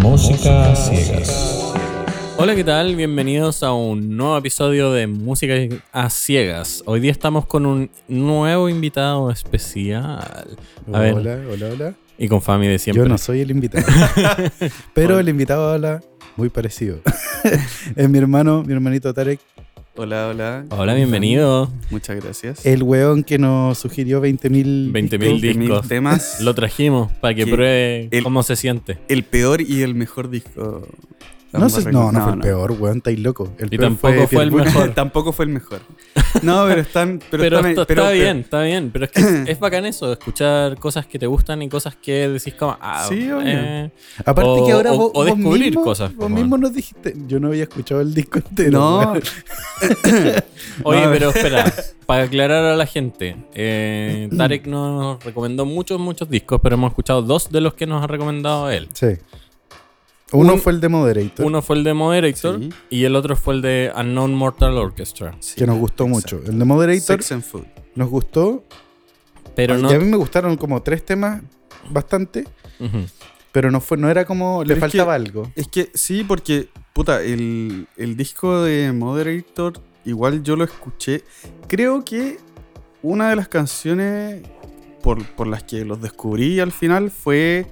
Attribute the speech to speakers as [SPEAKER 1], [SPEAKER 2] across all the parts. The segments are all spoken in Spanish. [SPEAKER 1] Música a ciegas.
[SPEAKER 2] Hola, ¿qué tal? Bienvenidos a un nuevo episodio de Música a Ciegas. Hoy día estamos con un nuevo invitado especial. A ver.
[SPEAKER 3] Hola, hola, hola.
[SPEAKER 2] Y con Fami de siempre.
[SPEAKER 3] Yo no soy el invitado. pero el invitado habla muy parecido. es mi hermano, mi hermanito Tarek,
[SPEAKER 4] Hola, hola.
[SPEAKER 2] Hola, bienvenido.
[SPEAKER 4] Muchas gracias.
[SPEAKER 3] el weón que nos sugirió 20.000
[SPEAKER 2] 20.000
[SPEAKER 3] discos.
[SPEAKER 2] discos.
[SPEAKER 4] Mis temas.
[SPEAKER 2] Lo trajimos para que
[SPEAKER 4] Que
[SPEAKER 2] pruebe
[SPEAKER 4] el-
[SPEAKER 2] cómo se siente.
[SPEAKER 4] el peor y el mejor disco.
[SPEAKER 3] No, sé, no, no, fue el peor, weón, estáis loco. El
[SPEAKER 2] Y
[SPEAKER 3] peor
[SPEAKER 2] tampoco fue el
[SPEAKER 3] Pitbull.
[SPEAKER 2] mejor.
[SPEAKER 4] Tampoco fue el mejor. No, pero están. Pero,
[SPEAKER 2] Pero,
[SPEAKER 4] están-
[SPEAKER 2] esto
[SPEAKER 4] pero-
[SPEAKER 2] está
[SPEAKER 4] pero-
[SPEAKER 2] bien, está bien. Pero es que es, es bacán eso, escuchar cosas que te gustan y cosas que decís como... Ah,
[SPEAKER 4] Sí, obvio.
[SPEAKER 2] eh,
[SPEAKER 3] Aparte
[SPEAKER 2] O-
[SPEAKER 3] que ahora
[SPEAKER 2] o-
[SPEAKER 3] vos,
[SPEAKER 2] o
[SPEAKER 3] vos
[SPEAKER 2] descubrir
[SPEAKER 3] mismo-
[SPEAKER 2] cosas,
[SPEAKER 3] Vos
[SPEAKER 2] weón.
[SPEAKER 3] mismo nos dijiste, yo no había escuchado el disco entero.
[SPEAKER 4] No.
[SPEAKER 3] weón.
[SPEAKER 2] Oye,
[SPEAKER 4] No,
[SPEAKER 2] pero espera, para aclarar a la gente, eh, Tarek nos recomendó muchos, muchos discos, pero hemos escuchado dos de los que nos ha recomendado él.
[SPEAKER 3] Sí. Uno
[SPEAKER 2] Un-
[SPEAKER 3] fue el de Moderator,
[SPEAKER 2] Uno fue el de Moderator
[SPEAKER 4] Sí.
[SPEAKER 2] y el otro fue el de Unknown Mortal Orchestra.
[SPEAKER 4] Sí.
[SPEAKER 3] que nos gustó mucho. El de Moderator
[SPEAKER 4] Sex and Food.
[SPEAKER 3] nos gustó.
[SPEAKER 2] Pero no.
[SPEAKER 3] Y a mí me gustaron como tres temas bastante.
[SPEAKER 2] Ujú.
[SPEAKER 3] Pero no fue, no era como.
[SPEAKER 4] Pero
[SPEAKER 3] le
[SPEAKER 4] es
[SPEAKER 3] faltaba algo.
[SPEAKER 4] Es que sí, porque, puta, el, el disco de Moderator, igual yo lo escuché. Creo que una de las canciones por, por las que los descubrí al final fue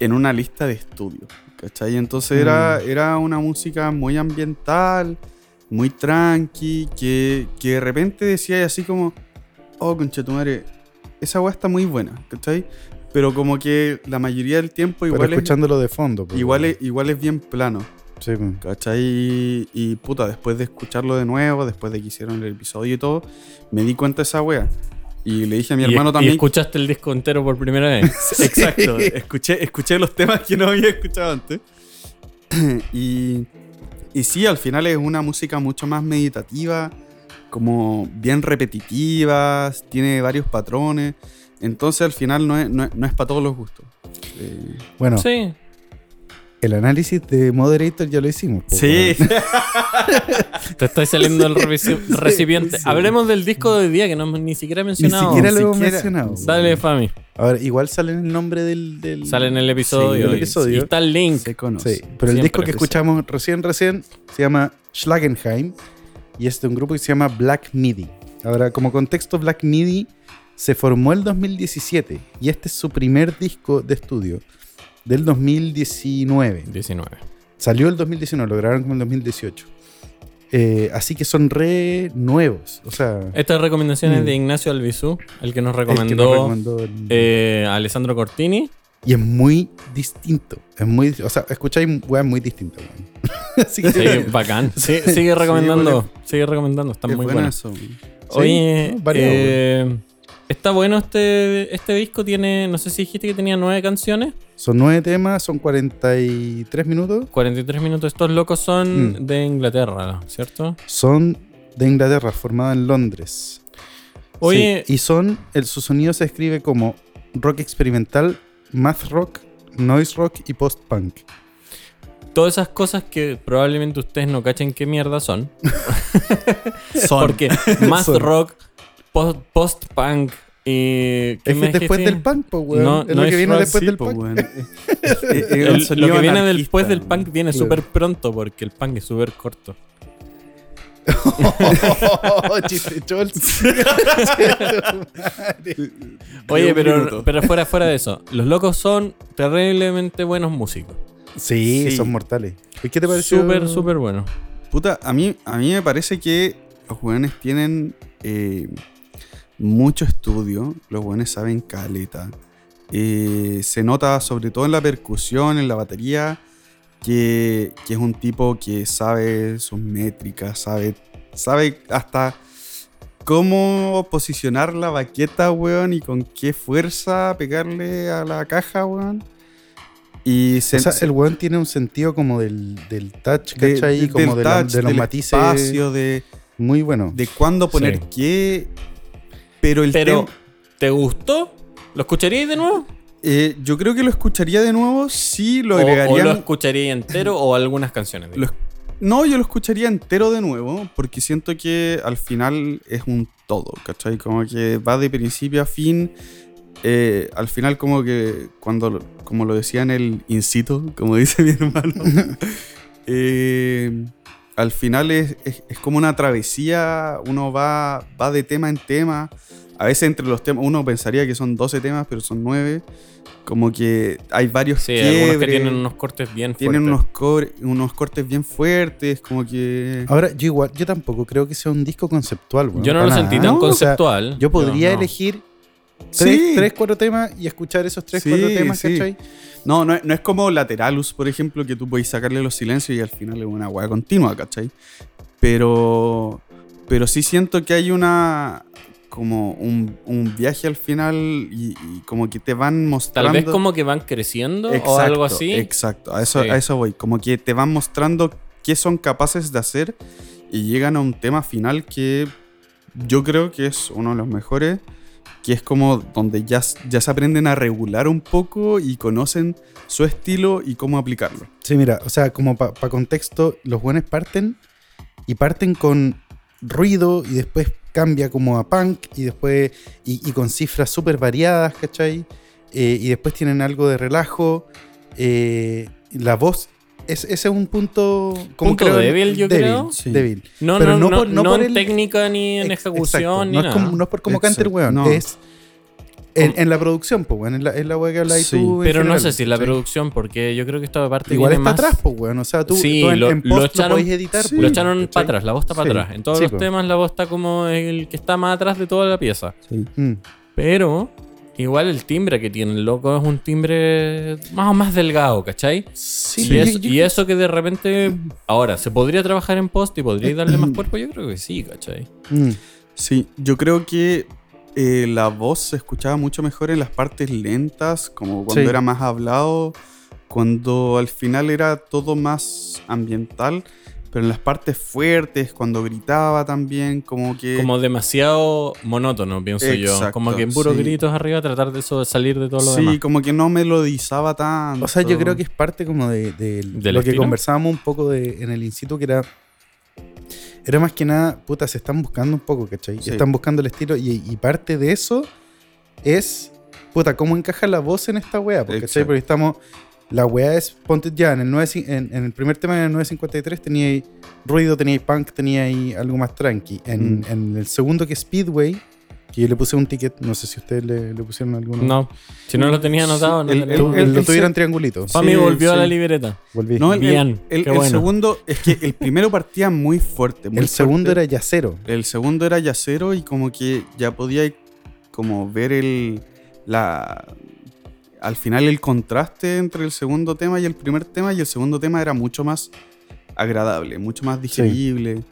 [SPEAKER 4] en una lista de estudio. ¿Cachai? Entonces era, era una música muy ambiental, muy tranqui, que, que de repente decía así como, oh, conchetumare, esa weá está muy buena, ¿cachai? Pero como que la mayoría del tiempo
[SPEAKER 3] Pero
[SPEAKER 4] igual es-
[SPEAKER 3] escuchándolo de fondo. pues,
[SPEAKER 4] Igual
[SPEAKER 3] weón.
[SPEAKER 4] es, igual es bien plano,
[SPEAKER 3] Sí, pues.
[SPEAKER 4] ¿cachai? Y, y, puta, después de escucharlo de nuevo, después de que hicieron el episodio y todo, me di cuenta de esa wea. Y le dije a mi
[SPEAKER 2] Y-
[SPEAKER 4] hermano
[SPEAKER 2] y eh.
[SPEAKER 4] también.
[SPEAKER 2] escuchaste el disco entero por primera vez.
[SPEAKER 4] Exacto, escuché, escuché los temas que no había escuchado antes. y, y sí, al final es una música mucho más meditativa, como bien repetitiva, tiene varios patrones. Entonces al final no es, no es, para todos los gustos. Eh,
[SPEAKER 3] Bueno,
[SPEAKER 2] Sí.
[SPEAKER 3] el análisis de Moderator ya lo hicimos. pues, weón.
[SPEAKER 2] Te estáis saliendo el reci- recipiente. Hablemos del disco de hoy día que no hemos ni siquiera
[SPEAKER 3] Ni
[SPEAKER 2] mencionado.
[SPEAKER 3] siquiera lo
[SPEAKER 4] ni
[SPEAKER 3] hemos
[SPEAKER 4] siquiera.
[SPEAKER 3] mencionado.
[SPEAKER 2] Dale, Fami.
[SPEAKER 3] Ahora, igual sale el nombre del. del-
[SPEAKER 2] Sale en el episodio.
[SPEAKER 3] el
[SPEAKER 2] y-
[SPEAKER 3] episodio.
[SPEAKER 2] Y está el link.
[SPEAKER 4] se conoce.
[SPEAKER 3] Sí, pero el
[SPEAKER 2] Siempre
[SPEAKER 3] disco que
[SPEAKER 2] es.
[SPEAKER 3] escuchamos recién, recién, se llama Schlagenheim y es de un grupo que se llama Black Midi. Ahora, como contexto, Black Midi se formó el 2017 y este es su primer disco de estudio del 2019.
[SPEAKER 2] 19.
[SPEAKER 3] Salió el 2019, lo grabaron como el 2018. Eh, así que son re nuevos. O sea,
[SPEAKER 2] Estas recomendaciones
[SPEAKER 3] Mm.
[SPEAKER 2] de Ignacio Alvisú, el que nos
[SPEAKER 3] el que nos
[SPEAKER 2] recomendó,
[SPEAKER 3] recomendó el-
[SPEAKER 2] eh, Alessandro Cortini.
[SPEAKER 3] Y es muy distinto. Es muy, o sea, escucháis weas muy distintas. weón. así
[SPEAKER 2] Sí,
[SPEAKER 3] que
[SPEAKER 2] bacán. Sí, sigue recomendando. sigue recomendando. Están
[SPEAKER 4] Es
[SPEAKER 2] muy
[SPEAKER 4] buena
[SPEAKER 2] buenas.
[SPEAKER 4] eso, güey.
[SPEAKER 2] Oye,
[SPEAKER 3] no, variado,
[SPEAKER 2] eh, está bueno este, este disco. Tiene, no sé si dijiste que tenía nueve canciones.
[SPEAKER 3] Son nueve temas, son 43 minutos.
[SPEAKER 2] 43 minutos. Estos locos son
[SPEAKER 3] Mm.
[SPEAKER 2] de Inglaterra, ¿cierto?
[SPEAKER 3] Son de Inglaterra, formada en Londres.
[SPEAKER 2] Oye,
[SPEAKER 3] Sí, y son, el, su sonido se escribe como rock experimental, math rock, noise rock y post-punk.
[SPEAKER 2] todas esas cosas que probablemente ustedes no cachen qué mierda son. Porque más
[SPEAKER 3] Son.
[SPEAKER 2] rock, post- post-punk y... ¿qué
[SPEAKER 3] Es
[SPEAKER 2] me
[SPEAKER 3] que después
[SPEAKER 2] dijiste?
[SPEAKER 3] del punk, po, weón.
[SPEAKER 2] No,
[SPEAKER 3] es
[SPEAKER 2] noise
[SPEAKER 3] lo que viene
[SPEAKER 2] rock,
[SPEAKER 3] después
[SPEAKER 4] Sí,
[SPEAKER 3] del
[SPEAKER 4] po,
[SPEAKER 3] punk.
[SPEAKER 4] weón. Es- es- es
[SPEAKER 2] El-
[SPEAKER 4] un
[SPEAKER 2] lo
[SPEAKER 4] sonido
[SPEAKER 2] que viene del-
[SPEAKER 4] anarquista,
[SPEAKER 2] después del
[SPEAKER 4] güey.
[SPEAKER 2] punk viene
[SPEAKER 3] Claro.
[SPEAKER 2] súper pronto porque el punk es súper corto.
[SPEAKER 4] Oh,
[SPEAKER 3] Chiste, Chols.
[SPEAKER 2] Oye,
[SPEAKER 4] un
[SPEAKER 2] pero,
[SPEAKER 4] minuto.
[SPEAKER 2] pero fuera, fuera de eso, los locos son terriblemente buenos músicos.
[SPEAKER 3] Sí,
[SPEAKER 4] Sí.
[SPEAKER 3] son mortales. ¿Y qué te pareció?
[SPEAKER 2] Súper, súper buenos.
[SPEAKER 4] Puta, a mí, a mí me parece que los jóvenes tienen eh, mucho estudio, los jóvenes saben caleta. Eh, se nota sobre todo en la percusión, en la batería, que, que es un tipo que sabe sus métricas, sabe, sabe hasta cómo posicionar la baqueta, weón, y con qué fuerza pegarle a la caja, weón. Y se,
[SPEAKER 3] O sea,
[SPEAKER 4] se-
[SPEAKER 3] el weón tiene un sentido como del, del touch,
[SPEAKER 4] de-
[SPEAKER 3] ¿cachai?
[SPEAKER 4] de-
[SPEAKER 3] como de,
[SPEAKER 4] del
[SPEAKER 3] la-
[SPEAKER 4] touch,
[SPEAKER 3] de los
[SPEAKER 4] del
[SPEAKER 3] matices.
[SPEAKER 4] espacio, de,
[SPEAKER 3] Muy bueno.
[SPEAKER 4] de cuándo poner
[SPEAKER 2] Sí.
[SPEAKER 4] qué. Pero el
[SPEAKER 2] Pero,
[SPEAKER 4] tema.
[SPEAKER 2] ¿te gustó? ¿Lo escucharíais de nuevo?
[SPEAKER 4] eh, yo creo que lo escucharía de nuevo si lo
[SPEAKER 2] ¿O, o
[SPEAKER 4] agregaría.
[SPEAKER 2] lo escucharía entero o algunas canciones? digo?
[SPEAKER 4] Lo es- No, yo lo escucharía entero de nuevo, porque siento que al final es un todo, ¿cachai? Como que va de principio a fin eh, al final como que cuando lo- como lo decía en el incito, como dice mi hermano, eh, al final es, es- es como una travesía, uno va, va de tema en tema, a veces entre los temas, uno pensaría que son 12 temas, pero son 9, como que hay varios
[SPEAKER 2] Sí, algunos que
[SPEAKER 4] quiebres,
[SPEAKER 2] tienen unos cortes bien fuertes.
[SPEAKER 4] tienen unos, cobre- unos cortes bien fuertes, como que...
[SPEAKER 3] Ahora, yo igual, yo tampoco creo que sea un disco conceptual, weón,
[SPEAKER 2] Yo no
[SPEAKER 3] para
[SPEAKER 2] lo
[SPEAKER 3] nada.
[SPEAKER 2] sentí tan
[SPEAKER 3] No, o sea,
[SPEAKER 2] conceptual.
[SPEAKER 3] yo podría
[SPEAKER 2] no.
[SPEAKER 3] elegir tres,
[SPEAKER 4] Sí.
[SPEAKER 3] tres, cuatro temas y escuchar esos tres,
[SPEAKER 4] Sí,
[SPEAKER 3] cuatro temas,
[SPEAKER 4] sí.
[SPEAKER 3] ¿cachai?
[SPEAKER 4] No, no, es- no es como Lateralus, por ejemplo, que tú podéis sacarle los silencios y al final es una hueá continua, ¿cachai? Pero, pero sí siento que hay una como un, un viaje al final y, y como que te van
[SPEAKER 2] Tal
[SPEAKER 4] mostrando
[SPEAKER 2] vez como que van creciendo
[SPEAKER 4] Exacto,
[SPEAKER 2] o algo así.
[SPEAKER 4] Exacto, a eso,
[SPEAKER 2] Sí.
[SPEAKER 4] a eso voy, como que te van mostrando qué son capaces de hacer y llegan a un tema final que yo creo que es uno de los mejores, que es como donde ya, s- ya se aprenden a regular un poco y conocen su estilo y cómo aplicarlo.
[SPEAKER 3] Sí, mira, o sea, como para contexto, los buenos parten y parten con ruido y después cambia como a punk y después y, y con cifras súper variadas, ¿cachai? Eh, y después tienen algo de relajo. eh, la voz, es, ese es un punto... como
[SPEAKER 2] Punto débil, yo creo.
[SPEAKER 4] Sí.
[SPEAKER 3] Débil.
[SPEAKER 2] No,
[SPEAKER 3] Pero
[SPEAKER 2] no,
[SPEAKER 3] no
[SPEAKER 2] no,
[SPEAKER 3] por- no
[SPEAKER 2] no
[SPEAKER 3] por
[SPEAKER 2] en
[SPEAKER 3] el-
[SPEAKER 2] técnica ni en
[SPEAKER 3] Ex-
[SPEAKER 2] ejecución
[SPEAKER 3] exacto.
[SPEAKER 2] ni
[SPEAKER 3] no
[SPEAKER 2] nada.
[SPEAKER 3] Es como, no es por cómo canta el
[SPEAKER 4] Exacto,
[SPEAKER 3] weón,
[SPEAKER 4] no.
[SPEAKER 3] es en, en la producción, pues, weón, en la, en la weá que habláis
[SPEAKER 4] Sí.
[SPEAKER 3] tú en
[SPEAKER 2] Pero no
[SPEAKER 3] general,
[SPEAKER 2] sé si la
[SPEAKER 3] ¿cachai?
[SPEAKER 2] producción, porque yo creo que esta parte
[SPEAKER 3] Igual está
[SPEAKER 2] viene más...
[SPEAKER 3] atrás, pues, weón, o sea, tú,
[SPEAKER 2] Sí,
[SPEAKER 3] tú en,
[SPEAKER 2] lo-
[SPEAKER 3] en
[SPEAKER 2] lo
[SPEAKER 3] post lo,
[SPEAKER 2] echaron-
[SPEAKER 3] podéis editar.
[SPEAKER 4] sí,
[SPEAKER 3] pues,
[SPEAKER 2] Lo echaron
[SPEAKER 3] ¿cachai?
[SPEAKER 2] para atrás, la voz está para
[SPEAKER 3] Sí,
[SPEAKER 2] atrás. En todos
[SPEAKER 3] sí,
[SPEAKER 2] los
[SPEAKER 3] po.
[SPEAKER 2] temas la voz está como el que está más atrás de toda la pieza.
[SPEAKER 3] Mm.
[SPEAKER 2] Pero igual el timbre que tiene el loco es un timbre más o más delgado, ¿cachai?
[SPEAKER 3] Sí,
[SPEAKER 2] y,
[SPEAKER 3] pero
[SPEAKER 2] eso,
[SPEAKER 3] yo- yo-
[SPEAKER 2] y eso que de repente... Ahora, ¿se podría trabajar en post y podría darle más cuerpo? Yo creo que sí, ¿cachai?
[SPEAKER 3] Mm.
[SPEAKER 4] Sí, yo creo que eh, la voz se escuchaba mucho mejor en las partes lentas, como cuando
[SPEAKER 3] Sí.
[SPEAKER 4] era más hablado, cuando al final era todo más ambiental, pero en las partes fuertes, cuando gritaba también, como que...
[SPEAKER 2] Como demasiado monótono, pienso yo.
[SPEAKER 4] Exacto,
[SPEAKER 2] Como que en puros
[SPEAKER 4] sí.
[SPEAKER 2] gritos arriba tratar de eso- salir de todo lo
[SPEAKER 4] sí,
[SPEAKER 2] demás.
[SPEAKER 4] como que no melodizaba tanto.
[SPEAKER 3] O sea, yo creo que es parte como de, de lo
[SPEAKER 2] ¿Del
[SPEAKER 3] que
[SPEAKER 2] estilo?
[SPEAKER 3] conversábamos un poco de- en el instituto, que era. Era más que nada, puta, se están buscando un poco, ¿cachai?
[SPEAKER 4] Sí.
[SPEAKER 3] Están buscando el estilo y, y parte de eso es, puta, cómo encaja la voz en esta wea, po, ¿cachai?
[SPEAKER 4] Exacto.
[SPEAKER 3] Porque estamos. La wea es, ponte ya, en el, 9 cin- en, en el primer tema del 953 tenía ahí ruido, tenía ahí punk, tenía ahí algo más tranqui. En,
[SPEAKER 4] Mm.
[SPEAKER 3] en el segundo que es Speedway, que yo le puse un ticket, no sé si ustedes le, le pusieron alguno.
[SPEAKER 2] No, si no lo tenía anotado, no
[SPEAKER 4] el-
[SPEAKER 2] tenía-
[SPEAKER 4] el-
[SPEAKER 3] Tú-
[SPEAKER 4] el-
[SPEAKER 3] lo
[SPEAKER 4] el
[SPEAKER 3] tuvieron triangulito.
[SPEAKER 2] Para mí
[SPEAKER 4] Sí,
[SPEAKER 2] volvió a la
[SPEAKER 4] sí.
[SPEAKER 2] libreta.
[SPEAKER 3] Volví.
[SPEAKER 4] No, el, el-
[SPEAKER 2] Bien,
[SPEAKER 4] el-
[SPEAKER 2] qué
[SPEAKER 4] el
[SPEAKER 2] bueno.
[SPEAKER 4] segundo, es que el primero partía muy fuerte. muy
[SPEAKER 3] el segundo
[SPEAKER 4] fuerte.
[SPEAKER 3] era Yacero.
[SPEAKER 4] El segundo era Yacero y como que ya podía como ver el la al final el contraste entre el segundo tema y el primer tema y el segundo tema era mucho más agradable, mucho más digerible.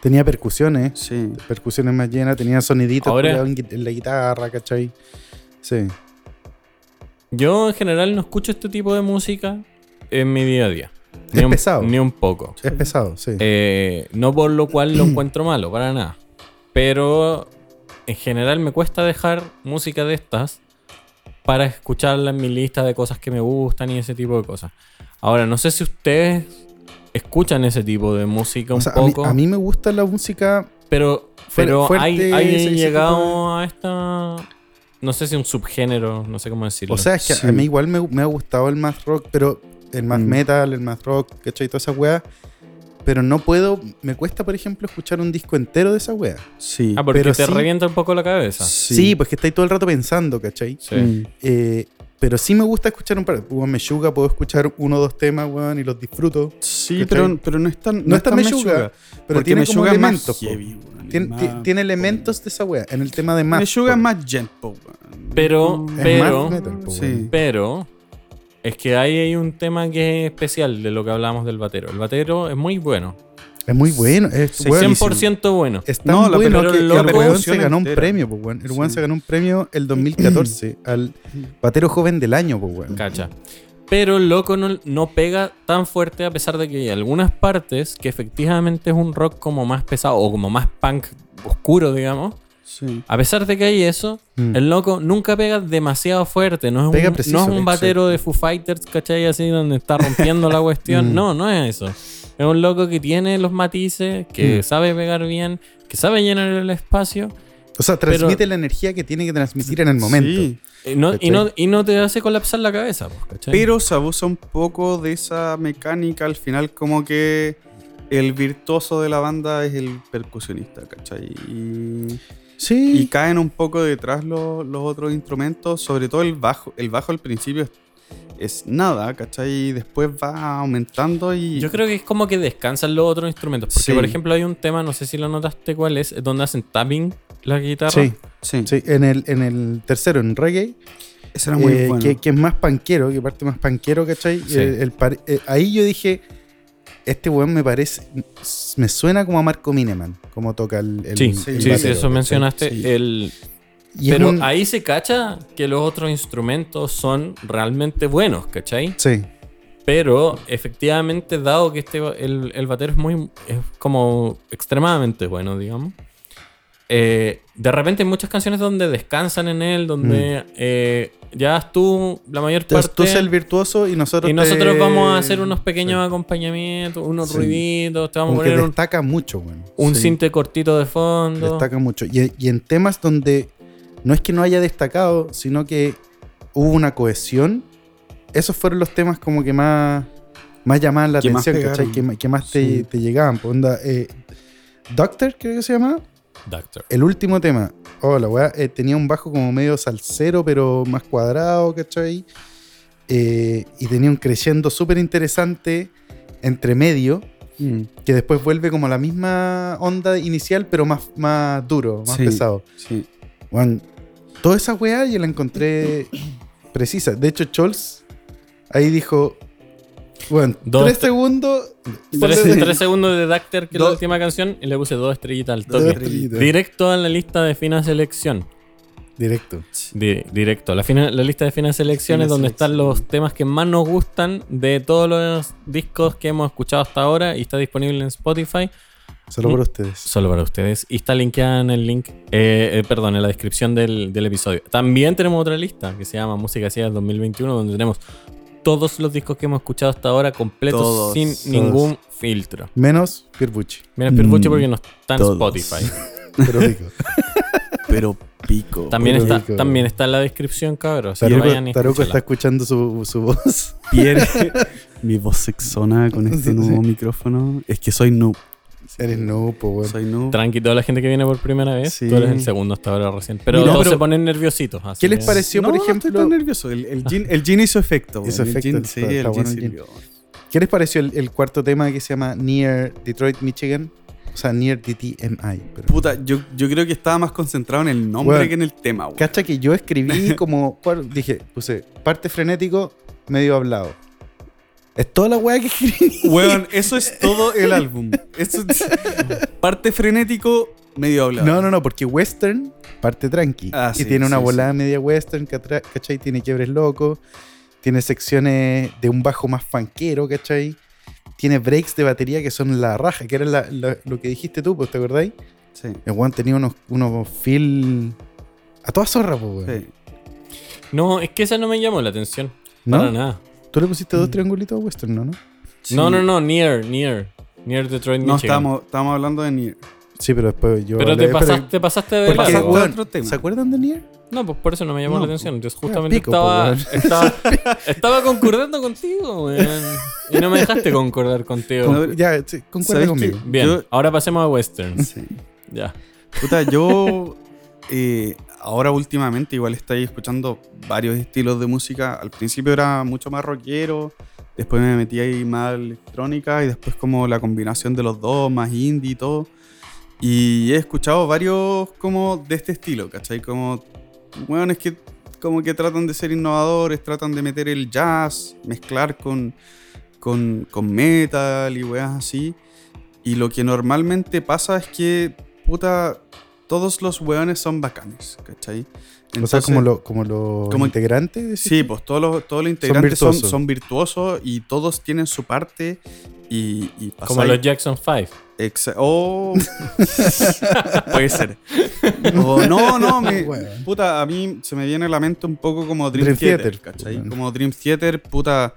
[SPEAKER 3] Tenía percusiones,
[SPEAKER 4] Sí.
[SPEAKER 3] percusiones más llenas, tenía soniditos
[SPEAKER 2] Ahora-
[SPEAKER 3] culiados en gui- en la guitarra, ¿cachai? Sí.
[SPEAKER 2] Yo en general no escucho este tipo de múca en mi día a día. Ni
[SPEAKER 3] Es
[SPEAKER 2] un,
[SPEAKER 3] pesado.
[SPEAKER 2] Ni un poco.
[SPEAKER 3] Es pesado, sí.
[SPEAKER 2] Eh, no por lo cual lo encuentro malo, para nada. Pero en general me cuesta dejar música de estas para escucharla en mi lista de cosas que me gustan y ese tipo de cosas. Ahora, no sé si ustedes escuchan ese tipo de música un
[SPEAKER 3] O sea, a mí,
[SPEAKER 2] poco,
[SPEAKER 3] a mí me gusta la música.
[SPEAKER 2] pero,
[SPEAKER 3] fuera-
[SPEAKER 2] pero
[SPEAKER 3] fuerte,
[SPEAKER 2] hay,
[SPEAKER 3] ese-
[SPEAKER 2] hay
[SPEAKER 3] ese
[SPEAKER 2] llegado a esta... No sé si un subgénero, no sé cómo decirlo.
[SPEAKER 3] O sea, es que
[SPEAKER 4] Sí.
[SPEAKER 3] a mí igual me, me ha gustado el más rock, pero el más
[SPEAKER 4] Mm.
[SPEAKER 3] metal, el más rock, ¿cachai? Toda esa weá. Pero no puedo, me cuesta, por ejemplo, escuchar un disco entero de esa weá.
[SPEAKER 4] Sí.
[SPEAKER 2] ah, porque
[SPEAKER 3] pero
[SPEAKER 2] te
[SPEAKER 3] sí-
[SPEAKER 2] revienta un poco la cabeza.
[SPEAKER 3] Sí, pues que estáis todo el rato pensando, ¿cachai?
[SPEAKER 2] Sí.
[SPEAKER 4] Mm.
[SPEAKER 3] Eh, pero sí me gusta escuchar un par. Weón, me yuga, puedo escuchar uno o dos temas, weón, y los disfruto.
[SPEAKER 4] Sí,
[SPEAKER 3] ¿Cachai?
[SPEAKER 4] pero, pero no es tan
[SPEAKER 3] No es tan
[SPEAKER 4] meyuga,
[SPEAKER 3] meyuga, Pero
[SPEAKER 4] porque
[SPEAKER 3] tiene como
[SPEAKER 4] meyuga es más
[SPEAKER 3] elementos. po.
[SPEAKER 4] heavy, weón,
[SPEAKER 3] Tien-
[SPEAKER 4] es
[SPEAKER 3] ti-
[SPEAKER 4] más-
[SPEAKER 3] tiene elementos de esa wea. En el tema de más.
[SPEAKER 4] Meyuga es
[SPEAKER 3] po.
[SPEAKER 4] más gent po, weón.
[SPEAKER 2] Pero-
[SPEAKER 3] Es
[SPEAKER 2] pero-
[SPEAKER 3] más metal, po,
[SPEAKER 4] Sí.
[SPEAKER 3] weón.
[SPEAKER 2] Pero es que ahí hay un tema que es especial de lo que hablábamos del batero. El batero es muy bueno.
[SPEAKER 3] Es muy bueno. Es,
[SPEAKER 4] Sí,
[SPEAKER 3] weón,
[SPEAKER 2] 100% bueno.
[SPEAKER 3] es tan
[SPEAKER 4] No, la
[SPEAKER 3] bueno
[SPEAKER 4] pero
[SPEAKER 3] que
[SPEAKER 4] la
[SPEAKER 3] el weón se
[SPEAKER 4] producción
[SPEAKER 3] ganó un
[SPEAKER 4] entera.
[SPEAKER 3] premio, po, weón. El weón
[SPEAKER 4] Sí.
[SPEAKER 3] se ganó un premio el 2014 al batero joven del año, po, weón.
[SPEAKER 2] Cacha. Pero el loco no, no pega tan fuerte a pesar de que hay algunas partes que efectivamente es un rock como más pesado o como más punk oscuro, digamos.
[SPEAKER 4] Sí.
[SPEAKER 2] A pesar de que hay eso,
[SPEAKER 3] Mm.
[SPEAKER 2] el loco nunca pega demasiado fuerte. No es
[SPEAKER 3] Pega
[SPEAKER 2] un,
[SPEAKER 3] preciso,
[SPEAKER 2] no es un batero de Foo Fighters, ¿cachai? Así donde está rompiendo la cuestión.
[SPEAKER 3] Mm.
[SPEAKER 2] No, no es eso. Es un loco que tiene los matices, que
[SPEAKER 3] Mm.
[SPEAKER 2] sabe pegar bien, que sabe llenar el espacio
[SPEAKER 3] O sea,
[SPEAKER 2] Pero-
[SPEAKER 3] transmite la energía que tiene que transmitir en el momento.
[SPEAKER 4] Sí,
[SPEAKER 2] Y no, y,
[SPEAKER 3] ¿Cachai?
[SPEAKER 2] no, y no te hace colapsar la cabeza, pues, ¿cachai?
[SPEAKER 4] pero se abusa un poco de esa mecánica. Al final, como que el virtuoso de la banda es el percusionista, ¿cachai? Y, y
[SPEAKER 3] Sí.
[SPEAKER 4] caen un poco detrás los, los otros instrumentos, sobre todo el bajo. El bajo al principio es, es nada, ¿cachai? Y después va aumentando y.
[SPEAKER 2] Yo creo que es como que descansan los otros instrumentos. Porque,
[SPEAKER 4] Sí.
[SPEAKER 2] por ejemplo, hay un tema, no sé si lo notaste cuál es, es donde hacen tapping la guitarra.
[SPEAKER 3] Sí,
[SPEAKER 4] sí,
[SPEAKER 3] sí. En el, en el tercero, en reggae,
[SPEAKER 4] ese era muy
[SPEAKER 3] eh,
[SPEAKER 4] bueno.
[SPEAKER 3] que, que es más panquero, que parte más panquero, ¿cachai?
[SPEAKER 2] Sí.
[SPEAKER 3] Eh, el par- eh, ahí yo dije, este weón me parece, me suena como a Marco Mineman, como toca el... el-
[SPEAKER 2] Sí,
[SPEAKER 3] el
[SPEAKER 2] sí,
[SPEAKER 4] el
[SPEAKER 2] sí,
[SPEAKER 3] batero,
[SPEAKER 4] batero,
[SPEAKER 2] eso
[SPEAKER 3] ¿cachai?
[SPEAKER 2] mencionaste.
[SPEAKER 4] Sí.
[SPEAKER 2] El,
[SPEAKER 3] Y es
[SPEAKER 2] pero
[SPEAKER 3] un-
[SPEAKER 2] ahí se cacha que los otros instrumentos son realmente buenos, ¿cachai?
[SPEAKER 3] Sí,
[SPEAKER 2] Pero efectivamente, dado que este, el, el batero es muy es como extremadamente bueno, digamos. eh, de repente hay muchas canciones donde descansan en él, donde
[SPEAKER 3] Mm.
[SPEAKER 2] eh, ya haz tú la mayor
[SPEAKER 3] Entonces,
[SPEAKER 2] parte.
[SPEAKER 3] tú eres el virtuoso y nosotros...
[SPEAKER 2] y nosotros
[SPEAKER 3] te-
[SPEAKER 2] vamos a hacer unos pequeños acompañamientos, unos
[SPEAKER 3] Sí.
[SPEAKER 2] ruiditos, te vamos
[SPEAKER 3] Como
[SPEAKER 2] a
[SPEAKER 3] que
[SPEAKER 2] poner un,
[SPEAKER 3] destaca mucho, weón.
[SPEAKER 2] un
[SPEAKER 4] sí.
[SPEAKER 2] cinte cortito de fondo.
[SPEAKER 3] Destaca mucho. Y, y en temas donde no es que no haya destacado, sino que hubo una cohesión, esos fueron los temas como que más, más llamaban la
[SPEAKER 4] Que más
[SPEAKER 3] atención, ¿cachai?
[SPEAKER 4] pegaron.
[SPEAKER 3] Que, ma- que más te,
[SPEAKER 4] Sí.
[SPEAKER 3] te llegaban. pues, onda, eh, Doctor, creo que se llama.
[SPEAKER 2] Doctor.
[SPEAKER 3] El último tema. Oh, la weá, eh, tenía un bajo como medio salsero, pero más cuadrado, ¿cachai? Eh, y tenía un creyendo súper interesante entre medio
[SPEAKER 4] Mm,
[SPEAKER 3] que después vuelve como la misma onda inicial, pero más, más duro, más
[SPEAKER 4] Sí.
[SPEAKER 3] pesado.
[SPEAKER 4] sí.
[SPEAKER 3] Weón, toda esa weá yo la encontré precisa. De hecho, Scholz ahí dijo, bueno,
[SPEAKER 2] Dos,
[SPEAKER 3] tres
[SPEAKER 2] tre-
[SPEAKER 3] segundos.
[SPEAKER 2] Tres,
[SPEAKER 3] ponle-
[SPEAKER 2] tres segundos de Doctor, que es la
[SPEAKER 3] Dos-
[SPEAKER 2] última canción, y le puse dos estrellitas al
[SPEAKER 3] dos
[SPEAKER 2] toque.
[SPEAKER 3] estrellitas.
[SPEAKER 2] Directo a la lista de fina selección.
[SPEAKER 3] Directo.
[SPEAKER 2] Di- directo. La, fina- la lista de finas selecciones
[SPEAKER 4] Fina
[SPEAKER 2] donde están
[SPEAKER 4] selección.
[SPEAKER 2] los temas que más nos gustan de todos los discos que hemos escuchado hasta ahora y está disponible en Spotify
[SPEAKER 3] Solo por ustedes.
[SPEAKER 2] solo para ustedes y está linkeada en el link, eh, eh, perdón, en la descripción del, del episodio. También tenemos otra lista que se llama Música Ciega del 2021 donde tenemos todos los discos que hemos escuchado hasta ahora completos
[SPEAKER 4] Todos,
[SPEAKER 2] sin
[SPEAKER 4] todos.
[SPEAKER 2] ningún filtro.
[SPEAKER 3] Menos Pierbucci.
[SPEAKER 2] Mira, Pirbuche
[SPEAKER 4] Mm,
[SPEAKER 2] porque no está en
[SPEAKER 4] todos.
[SPEAKER 2] Spotify.
[SPEAKER 3] Pero digo,
[SPEAKER 4] Pero pico.
[SPEAKER 2] También
[SPEAKER 3] Pero
[SPEAKER 2] está,
[SPEAKER 3] rico.
[SPEAKER 2] también está en la descripción, cabros. así que vayan
[SPEAKER 3] Taruco,
[SPEAKER 2] y
[SPEAKER 3] Taruco está
[SPEAKER 2] escúchenla.
[SPEAKER 3] escuchando su, su voz.
[SPEAKER 4] pierde mi voz sexona con este
[SPEAKER 3] Sí,
[SPEAKER 4] nuevo
[SPEAKER 3] sí.
[SPEAKER 4] micrófono. Es que soy noob.
[SPEAKER 3] Eres no, po, weón.
[SPEAKER 4] Soy noob.
[SPEAKER 2] Tranqui, toda la gente que viene por primera vez.
[SPEAKER 4] Sí.
[SPEAKER 2] Tú eres el segundo hasta ahora recién. Pero
[SPEAKER 3] Mira,
[SPEAKER 2] todos
[SPEAKER 3] pero-
[SPEAKER 2] se ponen nerviositos. así
[SPEAKER 3] ¿Qué les
[SPEAKER 2] que-
[SPEAKER 3] pareció,
[SPEAKER 4] No,
[SPEAKER 3] por
[SPEAKER 4] no estoy
[SPEAKER 3] ejemplo?
[SPEAKER 4] tan nervioso. El, el, gin, el gin hizo efecto.
[SPEAKER 3] Hizo
[SPEAKER 4] weón. El
[SPEAKER 3] efecto,
[SPEAKER 4] gin-
[SPEAKER 3] está-
[SPEAKER 4] sí,
[SPEAKER 3] está
[SPEAKER 4] el gin
[SPEAKER 3] bueno el gin.
[SPEAKER 4] sirvió.
[SPEAKER 3] ¿Qué les pareció el, el cuarto tema que se llama Near Detroit, Michigan? O sea, Near DTMI. Pero...
[SPEAKER 4] Puta, yo, yo creo que estaba más concentrado en el nombre
[SPEAKER 3] Weón.
[SPEAKER 4] que en el tema. weón.
[SPEAKER 3] Cacha que yo escribí como. cuar- Dije, puse parte frenético, medio hablado. Es toda la weá que escribí.
[SPEAKER 4] Weón, eso es todo el álbum. Eso es- parte frenético, medio hablado.
[SPEAKER 3] No, no, no, porque western parte tranqui.
[SPEAKER 4] Ah,
[SPEAKER 3] y
[SPEAKER 4] sí,
[SPEAKER 3] tiene una
[SPEAKER 4] sí,
[SPEAKER 3] volada media western, catra- ¿cachai? Tiene quiebres locos. Tiene secciones de un bajo más fanquero, ¿cachai? Tiene breaks de batería que son la raja, que era la- la- lo que dijiste tú, pues, ¿te acordáis?
[SPEAKER 4] Sí,
[SPEAKER 3] El weón tenía unos, unos feel. A toda zorra, pues, weón.
[SPEAKER 4] sí.
[SPEAKER 2] No, es que esa no me llamó la atención.
[SPEAKER 3] ¿No?
[SPEAKER 2] Para nada.
[SPEAKER 3] Tú le pusiste
[SPEAKER 4] Mm.
[SPEAKER 3] dos triangulitos a western, ¿no? ¿no?
[SPEAKER 4] Sí.
[SPEAKER 2] No, no, no. Near, near. Near Detroit,
[SPEAKER 4] No,
[SPEAKER 2] Michigan.
[SPEAKER 4] estábamos, estábamos hablando de Nier.
[SPEAKER 3] Sí, pero después yo.
[SPEAKER 2] Pero
[SPEAKER 3] hablé-
[SPEAKER 4] Eh,
[SPEAKER 2] te pasaste, te pasaste de
[SPEAKER 3] Porque,
[SPEAKER 4] Pasa
[SPEAKER 2] lado.
[SPEAKER 3] weón,
[SPEAKER 4] otro tema.
[SPEAKER 3] ¿Se acuerdan de Nier?
[SPEAKER 2] No, pues por eso no me llamó
[SPEAKER 3] No,
[SPEAKER 2] la atención. Yo justamente
[SPEAKER 3] pico,
[SPEAKER 2] estaba,
[SPEAKER 3] po,
[SPEAKER 2] estaba, estaba concordando contigo, weón. Y no me dejaste concordar contigo.
[SPEAKER 4] Con-
[SPEAKER 3] Con- ya, sí, concuerda
[SPEAKER 4] ¿Sabes
[SPEAKER 3] conmigo.
[SPEAKER 4] qué?
[SPEAKER 2] Bien,
[SPEAKER 4] Yo-
[SPEAKER 2] ahora pasemos a westerns.
[SPEAKER 4] Sí.
[SPEAKER 2] Ya.
[SPEAKER 4] Puta, yo eh, ahora últimamente igual estoy escuchando varios estilos de música. Al principio era mucho más rockero, después me metí ahí más electrónica y después como la combinación de los dos, más indie y todo. Y he escuchado varios como de este estilo, ¿cachai? Como, bueno, es que como que tratan de ser innovadores, tratan de meter el jazz, mezclar con, con, con metal y weas así. Y lo que normalmente pasa es que, puta, todos los weones son bacanes, ¿cachai?
[SPEAKER 3] o sea,
[SPEAKER 4] Entonces-
[SPEAKER 3] como, lo, como los
[SPEAKER 4] como-
[SPEAKER 3] integrantes. decís
[SPEAKER 4] Sí,
[SPEAKER 3] tú.
[SPEAKER 4] pues todos los, todos los integrantes son,
[SPEAKER 3] virtuosos.
[SPEAKER 4] son virtuosos y todos tienen su parte y, y
[SPEAKER 2] Como
[SPEAKER 4] pasáis-
[SPEAKER 2] los Jackson 5.
[SPEAKER 4] Exa- oh. Puede ser. O no, no, me-
[SPEAKER 3] Bueno.
[SPEAKER 4] puta, a mí se me viene a la mente un poco como Dream,
[SPEAKER 3] Dream
[SPEAKER 4] Theater,
[SPEAKER 3] Theater,
[SPEAKER 4] ¿cachai?
[SPEAKER 3] bueno.
[SPEAKER 4] Como Dream Theater, puta.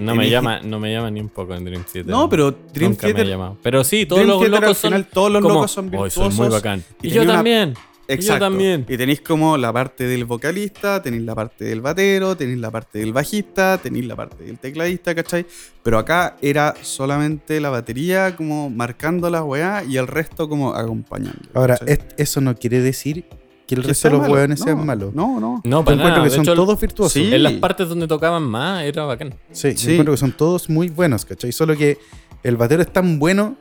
[SPEAKER 2] No me llama, no me llama ni un poco en Dream Theater.
[SPEAKER 4] No, pero Dream
[SPEAKER 2] Nunca
[SPEAKER 4] Theater-
[SPEAKER 2] me ha llamado. Pero sí, todos
[SPEAKER 4] Dream
[SPEAKER 2] los
[SPEAKER 4] Theater,
[SPEAKER 2] locos
[SPEAKER 4] al
[SPEAKER 2] son
[SPEAKER 4] final, todos los
[SPEAKER 2] como,
[SPEAKER 4] locos son
[SPEAKER 2] "Hoy son muy
[SPEAKER 4] virtuosos".
[SPEAKER 2] bacán.
[SPEAKER 4] Y
[SPEAKER 2] Y, yo
[SPEAKER 4] tenía una-
[SPEAKER 2] también.
[SPEAKER 4] Exacto.
[SPEAKER 2] también.
[SPEAKER 4] Y tenéis como la parte del vocalista, tenéis la parte del batero, tenéis la parte del bajista, tenéis la parte del tecladista, ¿cachai? Pero acá era solamente la batería como marcando las weá y el resto como acompañando.
[SPEAKER 3] Ahora,
[SPEAKER 4] ¿cachai?
[SPEAKER 3] est- eso no quiere decir que el resto
[SPEAKER 4] Que
[SPEAKER 3] de
[SPEAKER 4] sea
[SPEAKER 3] los
[SPEAKER 4] malo.
[SPEAKER 3] hueones
[SPEAKER 4] No,
[SPEAKER 3] sean malos.
[SPEAKER 4] No, no.
[SPEAKER 2] No,
[SPEAKER 3] Yo
[SPEAKER 2] para
[SPEAKER 3] encuentro
[SPEAKER 2] nada.
[SPEAKER 3] que
[SPEAKER 2] De
[SPEAKER 3] son
[SPEAKER 2] hecho,
[SPEAKER 3] todos virtuosos.
[SPEAKER 4] Sí.
[SPEAKER 2] en las partes donde tocaban más era bacán.
[SPEAKER 3] Sí,
[SPEAKER 4] Sí.
[SPEAKER 3] yo encuentro que son todos muy buenos, ¿cachai? Solo que el batero es tan bueno